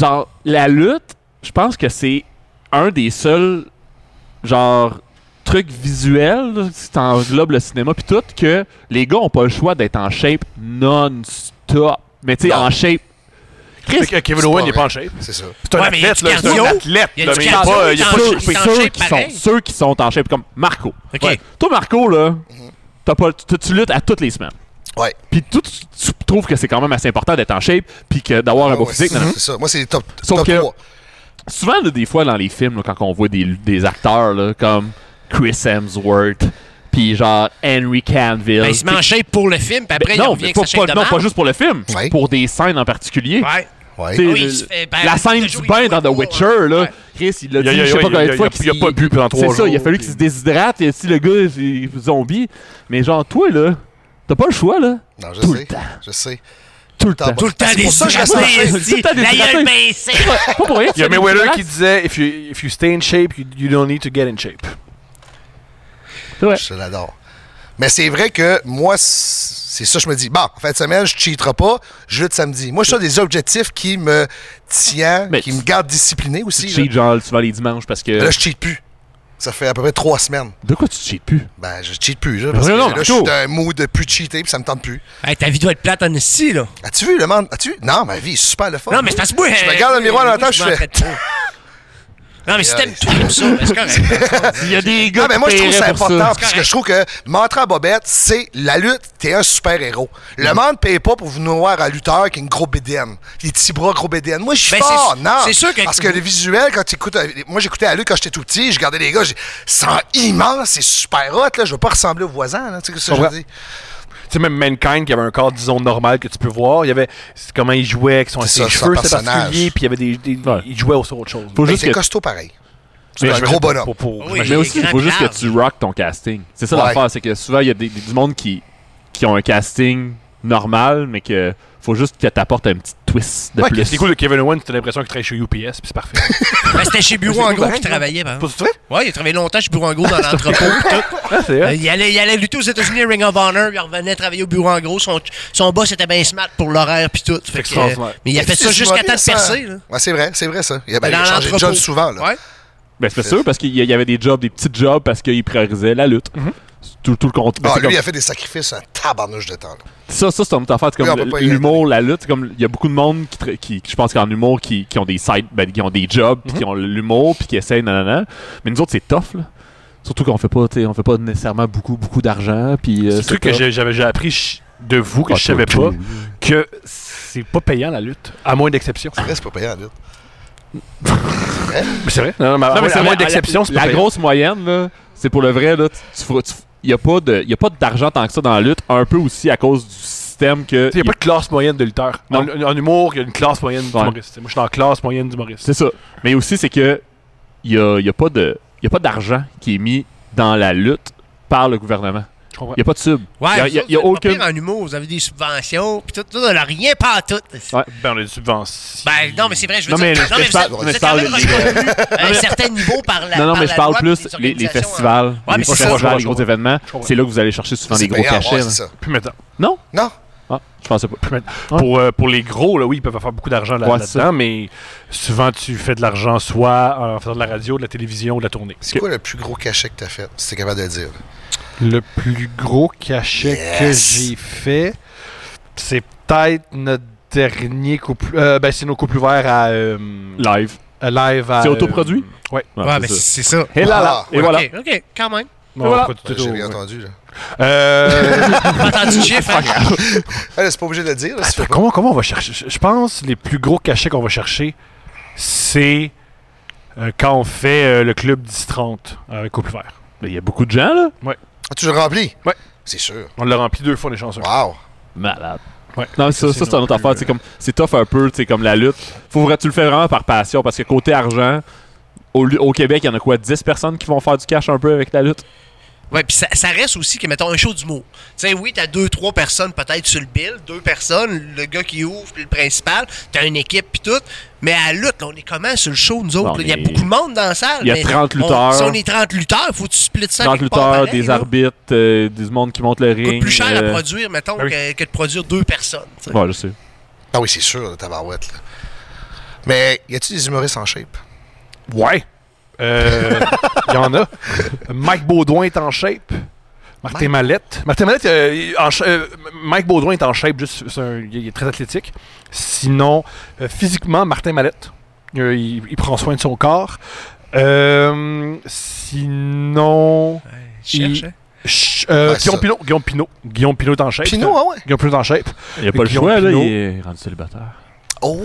Genre, la lutte, je pense que c'est un des seuls, genre, trucs visuels, là, si t'englobes le cinéma puis tout, que les gars ont pas le choix d'être en shape non-stop. Mais tu sais,
Non.
en shape. Chris,
Fait que Kevin
C'est
Owen
pas
n'est
vrai.
pas en shape.
C'est ça.
C'est un
Ouais, mais il y a
athlète,
du
là. C'est un
cardio.
athlète,
Il y a
là,
du
mais
cardio,
pas- il y a
il
pas
en-
shape.
ceux,
en
ceux
shape
qui sont,
pareil.
ceux qui sont en shape, comme Marco.
Ok.
Ouais. Toi, Marco, là, t'as pas, tu- tu luttes à toutes les semaines.
Ouais.
Puis tout, tu, tu trouves que c'est quand même assez important d'être en shape, puis que
Ah
d'avoir un beau
Ouais,
Ah, physique.
c'est
non, non.
Mm-hmm.
c'est ça. Moi, c'est top,
Sauf
top
que-
3.
Souvent, là, des fois, dans les films, là, quand on voit des, des acteurs là, comme Chris Hemsworth, puis genre Henry Canville.
Ben, il se met en shape pour le film, puis
Ben,
après, il
non,
revient
mais
avec
pas,
sa shape
pas-
de
non,
marde.
pas juste pour le film,
Ouais.
pour des scènes en particulier.
Ouais.
Ouais.
Tu sais,
Oui,
le-
il se fait- ben,
la
le
scène
jour
du
où il
bain
boit
dans The
pas,
Witcher, là,
ouais.
Chris, il l'a
Il y a-
dit,
il y a-
je sais pas
il y a-
combien de
il y a-
fois.
il y a
qu'il-
pas bu pendant trois
C'est ça, il a
jours,
fallu
puis-
qu'il se déshydrate, et si le gars est zombie. Mais genre, toi, là, t'as pas le choix, là.
Non, je
Tout
sais.
le temps.
Je sais.
Tout le temps.
Tout le temps,
des
c'est pour ça que je reste en
hydratés,
shape.
Tout le temps des
La gueule
hydratés.
baissée.
Pas pour rien.
Il y a
tu fais
Mayweather
des
qui disait if you, if you stay in shape, you, you don't need to get in shape.
Ouais.
Je l'adore. Mais c'est vrai que moi, c'est ça, je me dis, bon, fin de semaine, je cheaterai pas, je lutte samedi. Moi, je suis des objectifs qui me tient,
Mais
qui
tu-
me gardent discipliné aussi. Là.
Tu cheats genre souvent les dimanches parce que.
Là, je cheat plus. Ça fait à peu près trois semaines.
De quoi tu cheats plus?
Ben, je cheat plus, là, parce
Mais
que
non,
là, je suis
Marco.
dans un mood de plus cheater, puis ça me tente plus.
Hey, ta vie doit être plate en ici, là.
As-tu vu le monde? As-tu vu? Non, ma vie est super le fun.
Non, mais c'est parce que moi.
Je
euh,
me regarde dans le miroir
moi,
dans le temps, je fais.
m'entraîne pas. Non, mais si
Yeah.
t'aimes tout comme ça, ben, c'est correct.
Il y a des
Non, mais Ah, ben, moi, je trouve ça important parce que
correct.
je trouve que montrer à Bobette, c'est la lutte, t'es un super-héros. Le monde ne paye pas pour vous noir à lutteur qui est une gros BDN. Il est petit bras, gros BDN. Moi, je suis
Ben, c'est-
fort, non.
c'est sûr que-
Parce que le visuel, quand tu écoutes. euh, Moi, j'écoutais à lutte quand j'étais tout petit, je regardais les gars, je dis, c'est immense, c'est super hot, là. Je veux pas ressembler aux voisins, là. Tu sais ce que je veux
Comprends.
dire?
Tu sais, même Mankind, qui avait un corps, disons, normal que tu peux voir, il y avait c'est comment il jouait, avec son,
C'est
ses
ça, son
cheveux, c'était
personnage.
particulier, puis il y avait des, des-
Ouais.
il jouait sur autre chose.
Faut
Ben,
juste
C'est
que.
costaud pareil.
Mais
C'est un
je-
gros bonhomme.
Pour, pour-
Oui.
Mais aussi,
Il est
faut juste
grand
que tu rock ton casting. C'est ça
Ouais.
l'affaire, c'est que souvent, il y a des, des- du monde qui, qui ont un casting normale, mais que faut juste que t'apportes un petit twist de
Ouais,
plus.
C'est cool, le Kevin Owens, t'as l'impression qu'il travaille chez UPS, puis c'est parfait.
Ben, c'était chez Bureau
C'est
en gros
pareil,
qui
non?
travaillait. Ben.
Pas tout vrai?
Ouais, il a travaillé longtemps chez Bureau en gros dans l'entrepôt. et tout. Euh, il, allait, il allait lutter aux États-Unis, Ring of Honor, il revenait travailler au Bureau en gros. Son, son boss était bien smart pour l'horaire puis tout. Fait que, euh, mais il a fait ça jusqu'à temps de percer.
hein.
là.
hein. Ouais, c'est vrai, c'est vrai ça. Il a, ben, il
Mais
a
dans
changé de job
l'entrepôt.
souvent. Là.
Ben, c'est sûr, parce qu'il y y avait des jobs, des petits jobs, parce qu'il priorisait la lutte. C'est tout, tout le compte.
Ah, lui, il a fait des sacrifices un tabarnouche de temps. là.
Ça, ça c'est une autre affaire. C'est
Lui, on
comme
peut
l-
pas y
l'humour, la lutte. c'est comme Il y a beaucoup de monde qui, tra- qui, qui- je pense qu'en humour, qui, qui ont des sites, ben, qui ont des jobs, puis qui
Mhm.
ont l'humour, puis qui essayent, nanana. Mais nous autres, c'est tough, là. Surtout qu'on fait pas, tu sais, on fait pas nécessairement beaucoup, beaucoup d'argent. Puis euh,
C'est un truc que
tough.
j'ai- j'avais j'ai appris ch- de vous que
Ah,
je savais
toi,
pas,
toi.
que c'est pas payant la lutte, à moins d'exception.
C'est vrai, c'est pas payant, là.
Mais c'est vrai. Non, non, mais à
Non, mais
moins-
c'est
à
vrai,
moins
la-
d'exception, c'est
La,
pas payant.
grosse moyenne, là, c'est pour le vrai. là, tu- tu feras- tu- Il n'y a pas de- il y a pas d'argent tant que ça dans la lutte. Un peu aussi à cause du système que.
Il n'y a pas de classe moyenne de lutteur. En,
Non.
en humour, il y a une classe moyenne
Ouais.
d'humoriste. Moi, je suis dans la classe moyenne d'humoriste.
C'est ça. Mais aussi, c'est que il n'y a, il y a pas de- il y a pas d'argent qui est mis dans la lutte par le gouvernement.
Je
Il
comprends.
n'y a pas de sub.
Ouais,
Il y a-
vous
il y a,
autres,
il y a
vous êtes pas
aucune.
pire hein. en humour, vous avez des subventions, puis tout, tout, on a rien pas à tout.
Ben, on a des subventions.
Ben non, mais c'est vrai, je veux
Non,
dire.
mais
non,
je-
mais
je
vous
parle-
êtes-
mais
vous
je
êtes quand
parle
même
des-
reconnu à un certain niveau par la.
Non, non,
par
mais je
la
parle
loi,
plus
puis
les, les
organisations,
festivals,
hein. Ouais, mais
les
c'est ça.
festivals, les
je
gros
comprends.
événements.
Je comprends.
C'est là que vous allez chercher souvent
C'est
des gros
payant,
cachets.
ouais,
là.
c'est ça.
Plus maintenant.
Non,
Non,
Ah, je pensais pas.
Plus maintenant. Pour, euh, pour les gros, là, oui, ils peuvent faire beaucoup d'argent là-
Ouais,
là-dedans, mais souvent, tu fais de l'argent soit en faisant de la radio, de la télévision ou de la tournée.
c'est quoi le plus gros cachet que t'as fait, si t'es capable de le dire?
Le plus gros cachet
Yes.
que j'ai fait, c'est peut-être notre dernier couple. euh, ben, c'est nos couples ouverts à, euh,
live.
à live à.
C'est
euh,
autoproduit?
ouais.
Ouais, mais c'est ça.
Et là, là.
Ah,
Et voilà.
Ok, ok, quand même.
Non,
Voilà.
pas du tout,
Ouais, J'ai
ouais.
bien entendu. Là,
Euh,
Pas entendu le chiffre, hein?
Ah, là, c'est pas obligé de le dire. là, si tu
attends,
veux pas.
comment, comment on va chercher Je- Je pense que les plus gros cachets qu'on va chercher, c'est euh, quand on fait euh, le club 10-30 avec couple ouvert.
Mais il y a beaucoup de gens, là.
Ah, tu le remplis?
Ouais.
C'est sûr.
On l'a rempli deux fois, les chanceux.
Wow.
Malade.
Ouais.
Non, ça, ça, c'est une
non
autre
plus,
affaire. C'est comme, c'est tough un peu, c'est comme la lutte. Faut vrai, tu le fais vraiment par passion parce que côté argent, au, au Québec, il y en a quoi 10 personnes qui vont faire du cash un peu avec la lutte
Ouais, puis ça, ça reste aussi que, mettons, un show d'humour. Tu sais, oui, t'as deux, trois personnes peut-être sur le bill, deux personnes, le gars qui ouvre, puis le principal, t'as une équipe, puis tout. Mais à la lutte, là, on est comment sur le show, nous
On
autres? là? Il y a
est-
beaucoup de monde dans la salle.
Il y a
mais
30
on-
lutteurs.
si on est 30 lutteurs, faut que tu splits ça.
30
quelque part
lutteurs,
pareil,
des
là.
arbitres, euh, du monde qui monte le
Ça coûte
ring.
plus cher
euh,
à produire, mettons,
oui.
que, que de produire deux personnes. tu sais.
Ouais, je sais.
Ah oui, c'est sûr, le tabarouette. Là. Mais y a-tu des humoristes en shape?
Ouais. Euh, Il y en a. Mike Baudouin est en shape. Martin Mallette. Martin Mallette, euh, il- en cha- euh, Mike Baudouin est en shape, juste, c'est un- il est très athlétique. Sinon, euh, physiquement, Martin Mallette, euh, il, il prend soin de son corps. Euh, sinon,
Je cherche,
il-
hein.
ch- euh,
Ouais,
Guillaume
ça.
Pinot. Guillaume Pinot. Guillaume Pinot est en shape.
Pinot, ah ouais?
Guillaume Pinot est en shape.
Il n'y a pas le
Guillaume
choix, là.
Pinault.
Il est rendu célibataire.
Oh!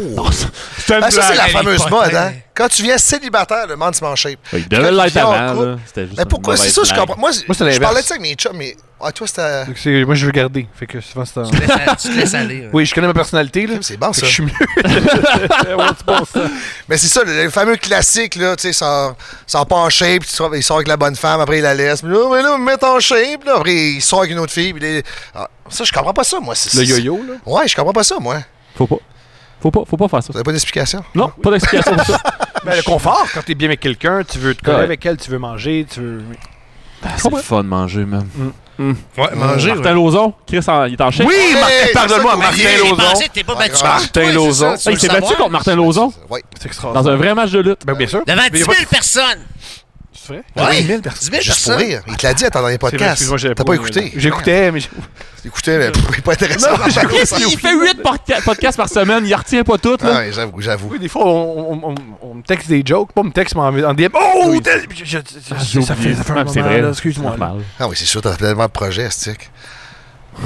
C'est
Ah, ça, c'est la
Harry
fameuse
Potter.
mode, hein? Quand tu viens célibataire, le monde se met en shape.
Ouais, il devait l'être
Guillaume
avant,
Coupe.
là. C'était juste
Mais
une
pourquoi? C'est
mauvaise
ça, je
blague.
comprends. Moi, je-
Moi, c'est
je
l'inverse.
parlais de ça avec mes chums, mais. Ah, toi, c'était.
Moi, je veux garder. Fait que souvent, c'est en-
Tu te laisses- tu te laisses aller. là.
Oui, je connais ma personnalité. Là.
C'est bon,
Fait
ça.
que je suis mieux. Ouais, c'est bon, ça.
Mais c'est ça, le, le fameux classique, là, tu sais, sort, sort pas en shape, tu sors- il sort avec la bonne femme, après il la laisse, mais là, mais là, mets en shape, là, après il sort avec une autre fille, puis il est- Ah, ça, je comprends pas ça, moi. c'est-
Le
c'est-
yo-yo, là.
Ouais, je comprends pas ça, moi.
Faut pas. Faut pas, faut pas faire ça.
Vous avez pas d'explication?
Non, pas d'explication pour ça.
Ben, le confort, quand t'es bien avec quelqu'un, tu veux te coller
Ouais.
avec elle, tu veux manger, tu veux.
Ah, c'est le fun de manger, man.
Ouais, manger.
Martin Lauzon, Chris, en- il est en shape.
Hey, c'est ça que vous
Martin
disiez.
J'ai
Lauzon.
pensé que t'es pas battu.
Martin
contre toi, c'est ça, tu
Lauzon.
Hey,
veux
il s'est
le
battu
savoir?
contre Martin Lauzon
Ouais.
C'est extraordinaire.
dans un vrai match de lutte.
Ben, bien sûr.
Devant 10
Mais y a
000
pas-
personnes.
C'est vrai?
Ouais,
10 000
10
personnes.
000
Juste pour
personnes.
rire. Il te l'a dit à ton dernier
C'est vrai,
podcast.
excuse-moi, j'avais
T'as pas écouté.
J'écoutais, mais j'ai-
Écoutez, mais il est pas intéressant.
Non, j'ai écouté,
Ah,
Il fait 8 podcasts par semaine, il retient pas tout, là.
ouais, j'avoue, j'avoue.
oui, des fois, on, on- on- on me texte des jokes, pas me texte, mais en, en DM. Oh!
Oui.
tel- je- je- je- ça fait ça fait un
c'est
moment,
vrai.
là, excuse-moi. là.
Normal.
Ah oui, c'est sûr, t'as tellement de projets, stick.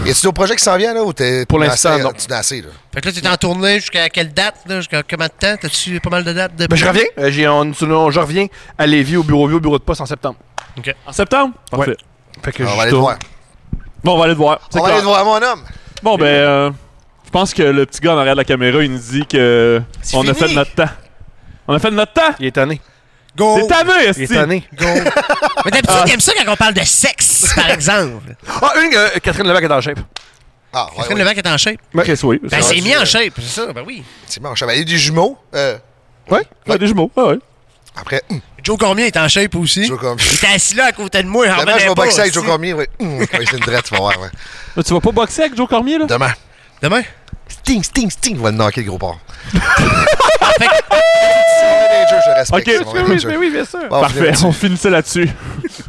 Y a-tu d'autres projets qui s'en viennent, là, ou t'es.
Pour
t'es
l'instant,
assez-
non.
Tu n'as assez, là.
Fait que là, t'es en tournée jusqu'à quelle date? Là? Jusqu'à combien de temps? T'as-tu pas mal de dates? De...
Ben, je reviens. Euh, j'ai- on- on- je reviens à Lévis, au bureau, au bureau de poste en septembre.
En septembre? Parfait.
Fait que
Ah, On
je
va aller te
tourne.
voir.
Bon, on va aller te voir. C'est
On va
clair.
aller te voir, mon homme.
Bon, ben, euh, je pense que le petit gars en arrière de la caméra, il nous dit que on a
fini.
fait notre temps. On a fait notre temps!
Il est tanné.
Oh.
Go!
T'es tanné,
Il est
esti!
tanné.
Euh. Mais d'habitude, il aime ça quand on parle de sexe, par exemple.
Ah, une, euh, Catherine Levac est en shape.
Ah, ouais,
Catherine Levac est en shape.
Ouais. Chris, oui.
Ben, c'est mis en shape, c'est ça, ben oui.
C'est mis en shape. Il y a des jumeaux. Euh...
Ouais, ouais, des jumeaux. Ah Ouais, ouais.
Après, hum,
Joe Cormier est en shape aussi. Joe Cormier. Il était assis là à côté de moi.
Ah,
il en
demain,
revenait
je vais
pas,
boxer avec
aussi.
Joe Cormier. Oui. Hum, quand il fait une drette, tu vas voir. Ouais.
Là, tu vas pas boxer avec Joe Cormier, là?
Demain.
Demain?
Sting, sting, sting. Il va le knocker, le gros porc.
Ok,
Manager, je respecte. c'est mon
oui,
manager.
mais oui, bien sûr.
Bon, on finit
Parfait,
là-dessus.
on finissait là-dessus.